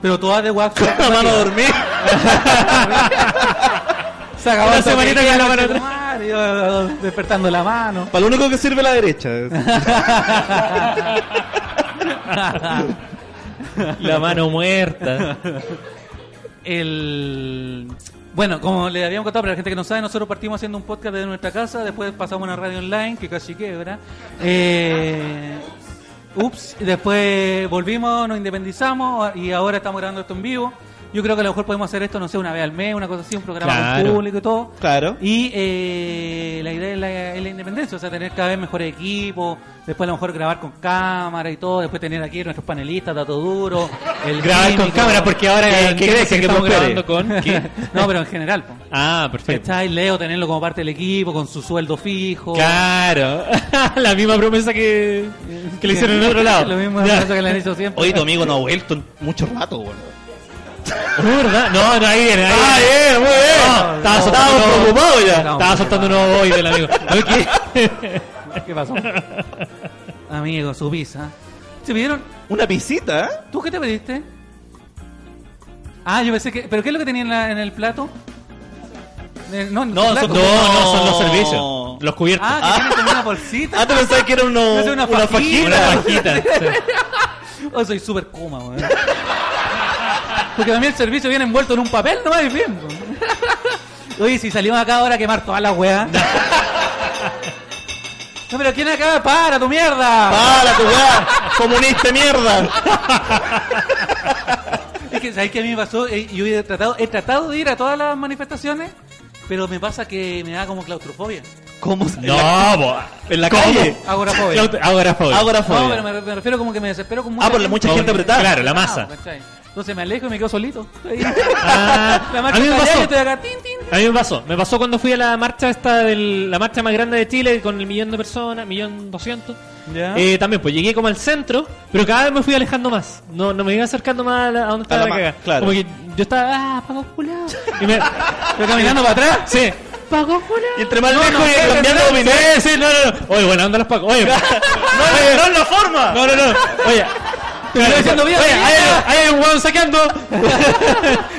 A: Pero todas de Wax.
B: Vamos a dormir.
A: Se acabó
B: Una
A: el toque
B: semanita
A: de
B: con la
A: queda,
B: mano
A: conchetumare, yo, yo, Despertando la mano.
C: Para lo único que sirve la derecha.
B: La mano muerta.
A: El... Bueno, como le habíamos contado para la gente que no sabe, nosotros partimos haciendo un podcast desde nuestra casa, después pasamos a una radio online que casi quebra. Eh, ups, después volvimos, nos independizamos y ahora estamos grabando esto en vivo. Yo creo que a lo mejor podemos hacer esto, no sé, una vez al mes, una cosa así, un programa
B: Claro.
A: con público y todo.
C: Claro.
A: Y eh, la idea es la, es la independencia, o sea, tener cada vez mejores equipos, después a lo mejor grabar con cámara y todo, después tener aquí nuestros panelistas, dato duro, el
B: Grabar con
A: químico.
B: cámara porque ahora
C: Que- que
B: ¿qué
C: crece, que
B: estamos
C: prospere.
B: grabando con ¿Qué?
A: No, pero en general, po.
B: Ah, perfecto.
A: ¿Cachai? Leo tenerlo como parte del equipo, con su sueldo fijo.
B: Claro. La misma promesa que, que le hicieron en otro lado.
A: Lo mismo
B: Ya.
A: cosa que le han hecho siempre.
C: Oye, tu amigo no ha vuelto en mucho rato, weón.
B: Es verdad. No, no, ahí viene. Ahí viene.
C: Ah, bien, muy bien.
B: No, estaba soltando
C: Estábamos
B: un nuevo-
C: preocupados ya.
B: Estaba soltando un nuevo boy del amigo. Ok.
A: ¿Qué pasó? Amigo, su visa. ¿Se pidieron?
C: Una pisita, ¿eh?
A: ¿Tú qué te pediste? Ah, yo pensé que... ¿Pero qué es lo que tenía en, la- en el plato? Eh, no, en
C: No,
A: tu
C: son
A: plato.
B: No, no, son los
C: No.
B: servicios. Los cubiertos.
A: Ah, que tiene como una bolsita.
C: Ah, tú pensabas que era uno,
A: Es una
C: una,
A: fajita.
C: fajita.
B: Ah, Una pajita. sí.
A: Oh, soy súper coma, weón. Porque también el servicio viene envuelto en un papel, no más bien. po. Oye, si salimos acá ahora a quemar todas las weas. No, pero ¿quién acá? ¡Para, tu mierda!
C: ¡Para, tu weá! ¡Comunista de mierda!
A: Es que, ¿sabes qué a mí me pasó? Eh, Yo he tratado, he tratado de ir a todas las manifestaciones, pero me pasa que me da como claustrofobia.
C: ¿Cómo se
B: No, bo.
C: ¿En la
B: ¿Cómo?
C: calle?
A: Agorafobia.
B: Agorafobia.
C: Agorafobia.
A: No, pero me, me refiero como que me desespero con mucha Ah,
C: Ah, por la mucha gente apretada.
B: Claro, la masa.
A: ¿cachai? Entonces me alejo y me quedo solito.
B: Ah,
A: la marcha
B: a mí
A: está
B: me
A: allá
B: pasó.
A: y estoy acá, tin, tin,
B: A mí me pasó, me pasó cuando fui a la marcha esta del, la marcha más grande de Chile con el millón de personas, millón doscientos.
A: Ya.
B: Eh, también, pues llegué como al centro, pero cada vez me fui alejando más. No, no me iba acercando más a, la- a donde estaba
C: la
B: la,
C: ma-
B: cagada.
C: claro.
B: Como que yo estaba, ah, Paco Culao. Y me.
A: Pero caminando para atrás.
B: Sí. Paco Culao.
C: Y entre más
B: No,
C: lejos
B: no,
C: y cambiando de opinión.
B: Sí, sí, no, no, no. Oye, bueno, anda los Paco. Oye,
C: ¡No, Eh. no es la forma!
B: no, no, no. Oye.
A: estoy diciendo bien,
B: Oye,
A: bien,
B: ahí
A: ya.
B: hay, ahí hay un hueón saqueando.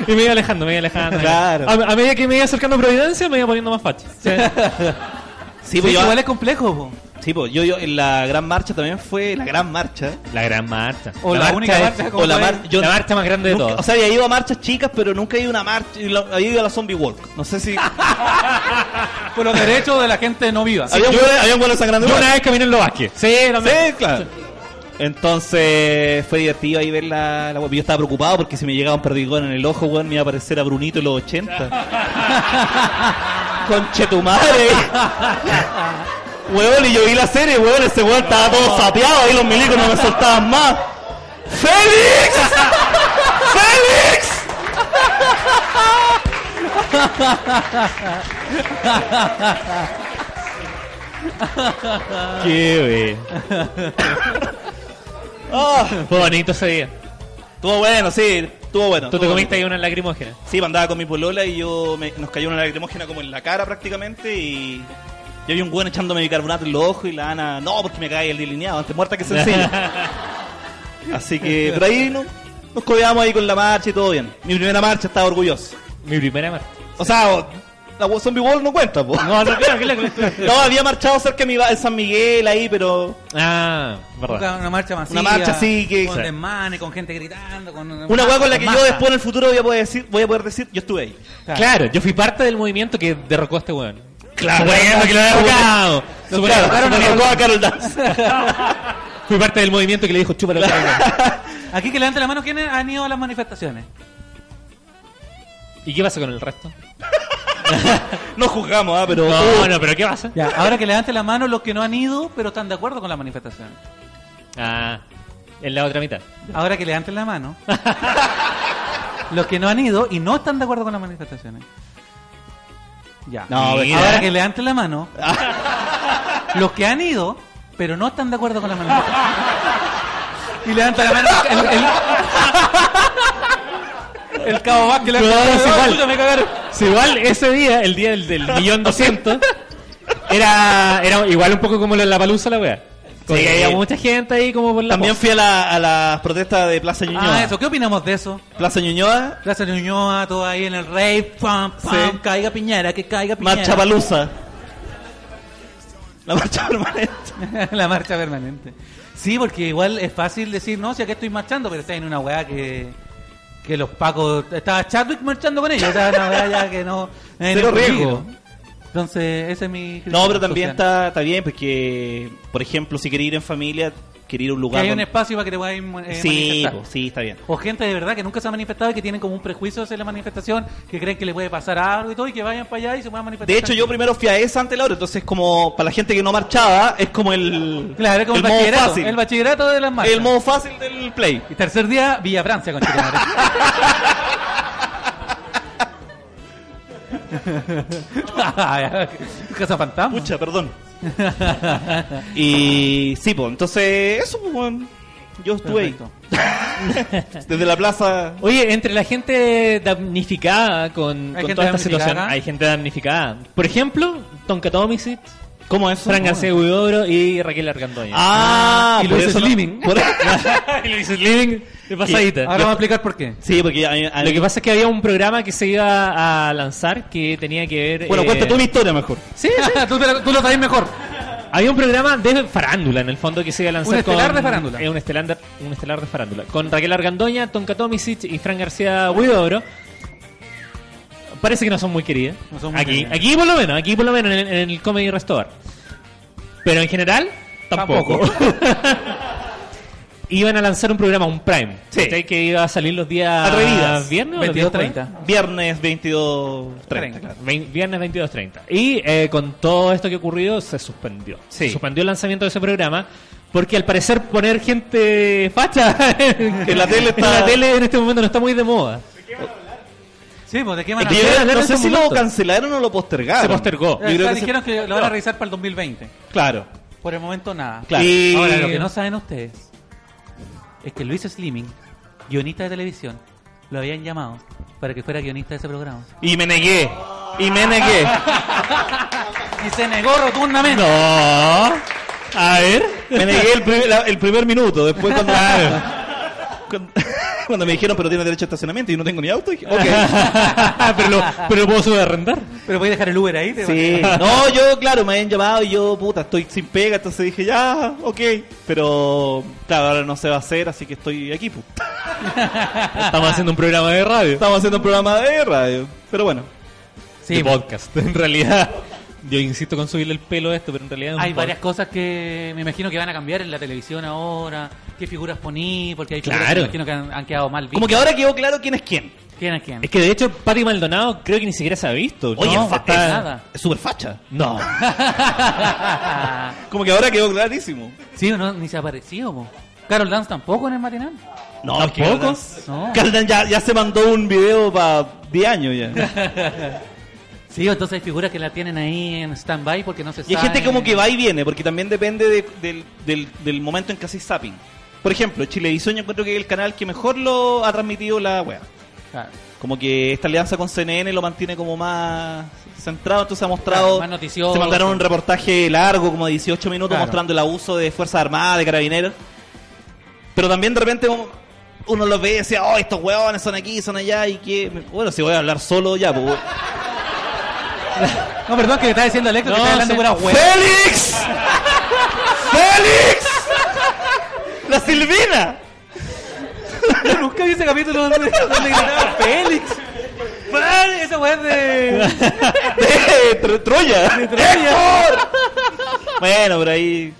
B: y me iba alejando, me iba alejando.
C: Claro.
B: A, a medida que me iba acercando a Providencia, me iba poniendo más facha. Sí.
C: Sí,
A: Sí,
C: pues yo,
A: igual es complejo, po.
C: sí, pues yo, yo en la gran marcha también fue la gran marcha.
B: La gran marcha.
A: O la única
B: es-
A: marcha como
B: o la,
A: fue-
B: mar- yo- la marcha más grande de
C: Nunca- o
B: todas.
C: sea, había ido a marchas chicas, pero nunca he ido a una marcha. y la- Había ido a la Zombie Walk. No sé si.
A: Por los derechos de la gente no viva.
C: había, un vuelo, había un vuelo sangrando.
B: Yo una vez caminé en los Vázquez. Sí,
C: Sí, claro. Entonces fue divertido ahí ver la, la web. Yo estaba preocupado porque si me llegaba un perdigón en el ojo, weón, me iba a parecer a Brunito en los 80. Conche tu madre. Weón, y yo vi la serie, weón, ese weón estaba todo sapeado, ahí los milicos no me soltaban más. ¡Félix! ¡Félix!
B: Qué
C: Ah,
B: Fue bonito ese día.
C: estuvo bueno, sí, estuvo bueno.
B: Tú te
C: estuvo
B: comiste ahí una lacrimógena.
C: Sí, pues, andaba con mi polola y yo me- nos cayó una lacrimógena como en la cara prácticamente y yo vi un buen echándome bicarbonato en los ojos y la Ana, no, porque me cae el delineado, antes muerta que sencilla. Así que por ahí no- nos codeamos ahí con la marcha y todo bien. Mi primera marcha estaba orgulloso.
B: Mi primera marcha.
C: O sea, o- la Zombie Wall no cuenta, po.
B: No, no, claro, claro, claro.
C: No, había marchado cerca de mi ba- de San Miguel ahí, pero
B: Ah, verdad.
A: Una marcha masiva.
C: Una marcha así que-
A: Con
C: Sí.
A: desmanes, con gente gritando. Con
C: una hueá con la que yo
A: masa.
C: después en el futuro voy a poder decir, voy a poder decir yo estuve ahí.
B: Claro, yo fui parte del movimiento que derrocó a este weón.
C: Claro.
B: Suponiendo que lo había derrocado. Suponiendo-
C: Claro, me tocó a Carol Dance.
B: Fui parte del movimiento que le dijo chúpalo.
A: Aquí que levante la mano, ¿quiénes han ido a las manifestaciones?
B: ¿Y qué pasa con el resto?
C: No juzgamos, ah, pero
B: No, no, pero ¿qué pasa?
A: Ya, ahora que levanten la mano los que no han ido, pero están de acuerdo con la manifestación.
B: Ah, en la otra mitad.
A: Ahora que levanten la mano los que no han ido y no están de acuerdo con las manifestaciones. Ya.
C: No,
B: Mira.
A: ahora que levanten la mano los que han ido, pero no están de acuerdo con las manifestaciones. Y levanta la mano el, el- el cabo Vázquez. le "Oh,
B: No, es igual.
A: puta, me cagaron.
B: Sí, igual ese día, el día del, del millón doscientos, era, era igual un poco como la, la palusa la wea. Sí,
C: Oye,
B: había mucha gente ahí como por la
C: También
B: pos-
C: fui a la, a la protesta de Plaza Ñuñoa.
A: Ah, eso, ¿qué opinamos de eso?
C: Plaza Ñuñoa,
A: Plaza Ñuñoa, todo ahí en el rey, pam, pam,
C: Sí.
A: caiga Piñera, que caiga Piñera.
C: marcha palusa. La marcha permanente.
A: la marcha permanente. Sí, porque igual es fácil decir, no, si aquí estoy marchando, pero está en una weá que, que los pacos. Estaba Chadwick marchando con ellos, estaba una weá ya que no. eh, no hay
C: Cero
A: ningún
C: riesgo.
A: peligro. Entonces, ese es mi. criterio
C: No, pero también
A: social.
C: está, está bien, porque, por ejemplo, si quería ir en familia, quería ir a un
A: Que
C: lugar.
A: hay un
C: donde-
A: espacio para que te puedas eh,
C: sí, pues.
A: manifestar.
C: po, sí, está bien.
A: O gente de verdad que nunca se ha manifestado y que tienen como un prejuicio hacia la manifestación, que creen que le puede pasar algo y todo, y que vayan para allá y se puedan manifestar.
C: De hecho, yo primero fui a esa ante la otra, entonces, como para la gente que no marchaba, es como el.
A: Claro, es como el,
C: modo
A: bachillerato.
C: fácil.
A: El bachillerato de las marchas.
C: El modo fácil del play.
A: Y tercer día, Villa Francia, con Casa fantasma.
C: Pucha, perdón. y sí, pues, entonces, eso, pues, weón. Yo estuve ahí.
A: Perfecto.
C: Desde la plaza.
B: Oye, entre la gente damnificada con,
A: Hay
B: con
A: gente
B: toda esta
A: damnificada.
B: situación, hay gente damnificada. Por ejemplo, Tonka Tomicic,
C: ¿Cómo es?
B: Fran García Huidobro y Raquel Argandoña.
C: Ah,
B: y
C: por
B: Luis
C: eso no-
B: Slimming.
C: por-
B: y Luis Slimming de pasadita.
A: Ahora vamos a explicar por qué.
C: sí, porque eh, a mí- a
B: Lo
C: mí-
B: que pasa es que había un programa que se iba a lanzar que tenía que ver.
C: Bueno,
B: eh,
C: cuenta tú mi historia mejor.
B: Sí, sí.
A: tú, te la- tú lo sabes mejor.
B: Había un programa de farándula en el fondo que se iba a lanzar
A: Un estelar
B: con-
A: de farándula.
B: eh, un, estelar de, un estelar de farándula. Con Raquel Argandoña, Tonka Tomisic y Fran García Huidobro. Parece que no son muy queridas.
A: No son muy
B: aquí,
A: queridas.
B: aquí por lo menos, aquí por lo menos en el, en el Comedy Restore. Pero en general, tampoco. Iban a lanzar un programa, un prime.
C: Sí.
B: ¿cachai? Que iba a salir los días.
C: Atrevidas.
B: ¿Viernes o los días
A: 22.30.
C: Viernes 22.30,
A: Treinta.
C: claro.
B: Vein- Viernes 22.30. Y eh, con todo esto que ocurrió, se suspendió.
C: Sí.
B: Se suspendió el lanzamiento de ese programa. Porque al parecer poner gente facha en
C: la tele está-
B: en, la tele en este momento no está muy de moda.
A: Sí, pues de qué
C: Es
A: manera.
C: que
B: Quiero
C: yo
B: hablar
C: no
B: en
C: sé
B: este
C: si lo
B: momento.
C: cancelaron o lo postergaron.
B: Se postergó.
C: Yo creo que se-
A: Eh, dijeron que lo van a revisar para el 2020.
C: Claro.
A: Por el momento nada.
C: Claro.
A: Y-
C: Y-
A: Ahora, lo que no saben ustedes es que Luis Slimming, guionista de televisión, lo habían llamado para que fuera guionista de ese programa.
C: Y me negué. Y me negué.
A: Y se negó rotundamente.
C: No.
B: Ah,
C: A ver. Me negué el, primer- la- el primer minuto. Después cuando, cuando, cuando me dijeron, pero tiene derecho a estacionamiento y yo no tengo ni auto, dije, ok.
B: pero, lo, pero lo puedo subarrendar.
A: Pero voy a dejar el Uber ahí. te
C: Sí. No, yo, claro, me habían llamado y yo, puta, estoy sin pega, entonces dije, ya, ok. Pero, claro, ahora no se va a hacer, así que estoy aquí, pu.
B: Estamos haciendo un programa de radio.
C: Estamos haciendo un programa de radio. Pero bueno.
B: de podcast. En realidad, yo insisto con subirle el pelo a esto, pero en realidad es un
A: Hay
B: podcast.
A: varias cosas que me imagino que van a cambiar en la televisión ahora. ¿Qué figuras poní? Porque hay figuras
B: Claro.
A: que me imagino que han, han quedado mal
C: Como
A: vistas.
C: que ahora quedó claro quién es quién.
A: ¿Quién es quién?
B: Es que de hecho, Pati Maldonado creo que ni siquiera se ha visto.
C: Oye,
B: No,
C: fa-
B: está-
C: es-
A: nada.
C: es súper facha.
B: No.
C: Como que ahora quedó clarísimo.
A: sí, o no, ni se ha aparecido. po. Carol Dance tampoco en el matinal.
C: No,
B: ¿Tampoco?
A: No.
C: Caldan ya, ya se mandó un video para 10 años ya.
A: Sí, entonces hay figuras que la tienen ahí en stand-by porque no se
C: Y hay
A: sabe.
C: gente como que va y viene, porque también depende de- del, del- del momento en que haces zapping. Por ejemplo, Chilevisión yo encuentro que es el canal que mejor lo ha transmitido la wea.
A: Claro.
C: Como que esta alianza con CNN lo mantiene como más centrado, entonces ha
A: Claro,
C: mostrado...
A: más noticioso.
C: se mandaron un reportaje largo, como de 18 minutos,
A: Claro.
C: mostrando el abuso de Fuerzas Armadas, de Carabineros. Pero también de repente uno- uno los ve y decía, oh, estos huevones son aquí, son allá, y que... Bueno, si voy a hablar solo ya, pues...
A: No, perdón, que le está diciendo Electro que
B: No,
A: está hablando
B: se-
A: pura hueá.
C: ¡Félix! ¡Félix! ¡La Silvina!
A: Nunca vi ese capítulo donde, donde gritaba Félix. Vale, Esa hueá es de...
C: De Tro- Troya. ¡Héctor! Bueno, por ahí...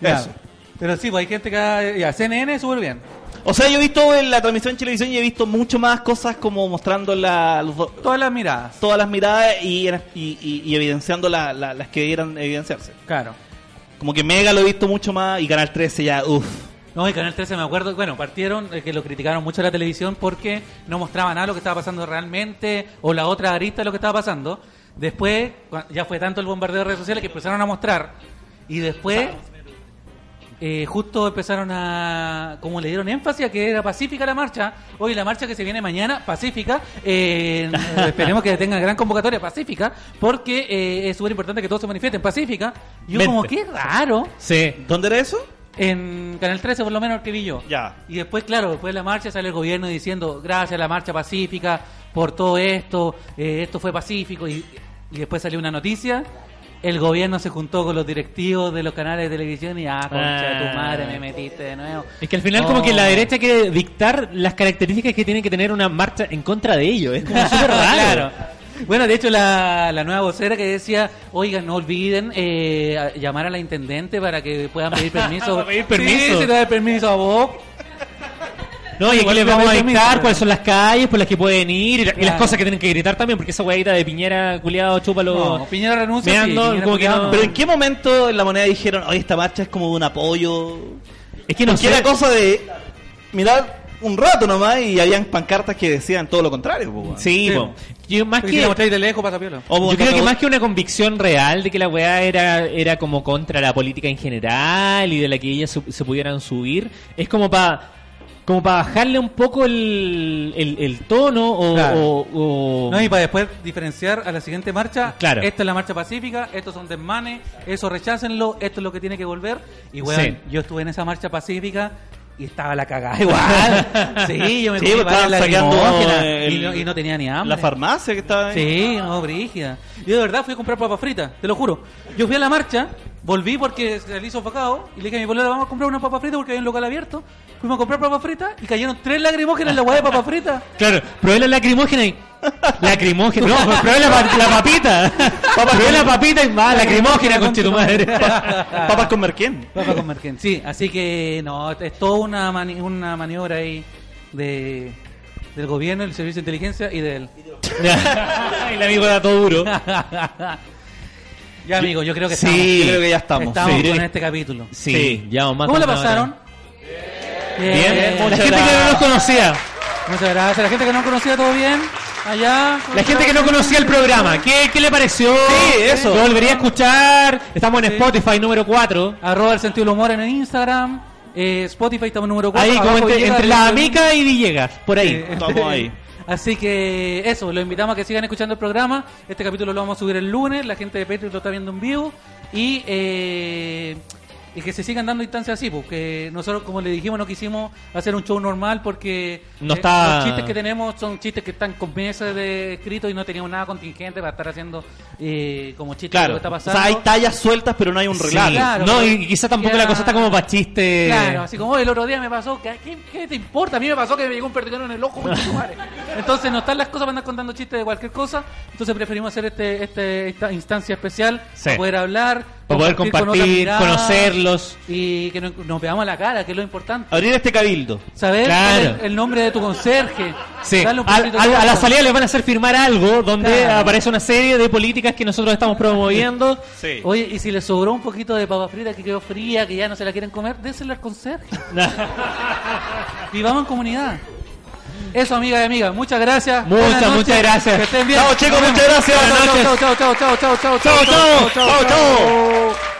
A: Ya,
C: Eso.
A: Pero sí, pues hay gente que... ha- Ya, CNN súper bien.
C: O sea, yo he visto en la transmisión en televisión y he visto mucho más cosas como mostrando la, los do-
A: Todas las miradas.
C: todas las miradas y, y, y- y evidenciando la- la- las que debieran evidenciarse.
A: Claro.
C: Como que Mega lo he visto mucho más y Canal 13 ya, uff.
A: No, y Canal 13 me acuerdo, bueno, partieron eh, que lo criticaron mucho a la televisión porque no mostraba nada de lo que estaba pasando realmente o la otra arista de lo que estaba pasando. Después, cua- ya fue tanto el bombardeo de redes sociales que empezaron a mostrar y después eh, justo empezaron a, como le dieron énfasis a que era pacífica la marcha, hoy la marcha que se viene mañana, pacífica, eh, esperemos que tenga gran convocatoria pacífica, porque eh, es súper importante que todos se manifiesten pacífica. Yo
B: Vente.
A: como, qué raro,
B: Sí.
C: ¿Dónde era eso?
A: en Canal 13 por lo menos escribí yo.
C: Ya.
A: Y después, claro, después de la marcha sale el gobierno diciendo, gracias a la marcha pacífica por todo esto, eh, esto fue pacífico. Y, y después salió una noticia, el gobierno se juntó con los directivos de los canales de televisión y, ah, concha de
B: Ah.
A: tu madre, me metiste de nuevo.
B: Es que al final como
A: Oh.
B: que la derecha quiere dictar las características que tiene que tener una marcha en contra de ellos. Es como súper raro.
A: Claro. Bueno, de hecho, la, la nueva vocera que decía, oigan, no olviden eh, a- llamar a la intendente para que puedan pedir permiso.
B: Para pedir permiso.
A: Sí, se te da el permiso a vos.
B: No, y aquí
A: Igual
B: les
A: me
B: vamos a
A: parece a mí,
B: dictar
A: pero-
B: cuáles son las calles por las que pueden ir y, la- y las
A: Claro.
B: cosas que tienen que gritar también, porque esa huevita de Piñera, culiado, chúpalo.
A: No, Piñera renuncia.
B: Meando,
A: Piñera
B: como que
A: culiao,
B: no-
C: Pero ¿en qué momento en la moneda dijeron, oye, esta marcha es como de un apoyo?
B: es que no
C: Que
B: sé.
C: era cosa de mirar un rato nomás y habían pancartas que decían todo lo contrario. po, weón.
B: Sí,
A: Sí.
B: po. Yo más
A: Porque si
B: que...
A: la mostráis de lejos pasa piola.
C: O
B: Yo
C: vos-
B: creo que
C: vos-
B: más que una convicción real de que la weá era, era como contra la política en general y de la que ellas su- se pudieran subir, es como para como para bajarle un poco el, el, el tono o...
A: Claro.
B: o- o-
A: No, y para después diferenciar a la siguiente marcha,
B: Claro.
A: esta es la marcha pacífica, estos son desmanes, eso rechácenlo, esto es lo que tiene que volver. Y weón,
B: Sí.
A: yo estuve en esa marcha pacífica y estaba la cagada igual. sí, yo me
C: Sí,
A: comí
C: pues,
A: varias
C: estaban sacando
A: lacrimógenas
C: el-
A: y, no, y no tenía ni hambre.
C: La farmacia que estaba ahí.
A: Sí, no, brígida. Yo de verdad fui a comprar papas fritas, te lo juro. Yo fui a la marcha, volví porque se le hizo facado y le dije a mi bolera, vamos a comprar unas papas fritas porque había un local abierto. Fuimos a comprar papas fritas y cayeron tres lacrimógenas en la guay de papas fritas.
B: Claro, probé la lacrimógena y... Lacrimógena, no, probé la, pa- la papita. probé la papita y más lacrimógena, conche tu madre.
C: Papas con merquén.
A: Papa con merquén, sí. Así que no, es toda una, mani- una maniobra ahí de, del gobierno, del servicio de inteligencia y del...
B: Ya. y el amigo era todo duro.
A: Ya, amigo, yo creo que
B: Sí,
A: estamos.
C: yo creo que ya estamos.
B: Sí.
A: con este capítulo.
B: Sí,
C: Sí.
B: ya vamos más
A: ¿Cómo
B: de
A: la
B: una hora.
A: pasaron?
B: Bien, la gente que no nos conocía.
A: Muchas gracias. La gente que no conocía, ¿todo bien? Allá.
B: La gente que no conocía el programa, ¿qué, qué le pareció? Sí,
A: eso.
B: Lo volvería a escuchar. Estamos en Spotify número 4.
A: Arroba el sentido del humor en el Instagram. Eh, Spotify estamos número 4.
B: Ahí, como entre, entre la amica y Villegas, por ahí.
A: Sí.
C: Estamos ahí.
A: Así que eso, los invitamos a que sigan escuchando el programa. Este capítulo lo vamos a subir el lunes. La gente de Patreon lo está viendo en vivo. Y, eh, y que se sigan dando instancias así, porque nosotros, como le dijimos, no quisimos hacer un show normal porque eh,
B: No está-
A: los chistes que tenemos son chistes que están con meses de escrito y no teníamos nada contingente para estar haciendo eh, como chistes de lo
C: Claro.
A: que está
C: O
A: pasando.
C: sea, hay tallas sueltas, pero no hay un
B: Sí.
C: relato.
A: Claro,
B: no,
A: pero-
B: y quizá tampoco la
A: Ya.
B: cosa está como para chiste.
A: Claro, así como "Oye, el otro día me pasó, ¿qué, qué, qué te importa? A mí me pasó que me llegó un perdigón en el ojo. concha tu madre". Entonces no están las cosas para andar contando chistes de cualquier cosa. Entonces preferimos hacer este, este- esta instancia especial
B: Sí.
A: para poder hablar,
B: Para poder compartir,
A: otras miradas
B: conocerlos.
A: y que nos, nos veamos la cara, que es lo importante.
C: Abrir este cabildo.
A: Saber
B: Claro.
A: cuál es el nombre de tu conserje.
B: Sí.
A: darle un
B: Al-
A: poquito
B: al-
A: de
B: a la
A: gusto.
B: salida les van a hacer firmar algo donde
A: Claro.
B: aparece una serie de políticas que nosotros estamos promoviendo.
C: Sí.
A: Oye, y si le sobró un poquito de papa frita que quedó fría, que ya no se la quieren comer, désela al conserje. Vivamos en comunidad. Eso, amigas y amigas. Muchas gracias.
B: Muchas,
A: Buenas noches.
B: muchas gracias.
A: Que estén bien.
C: Chao, chicos,
A: Nos vemos.
C: muchas gracias.
A: Chao,
C: Buenas
A: chao, chao, chao, chao, chao, chao,
C: Chao, chao. Chao, chao.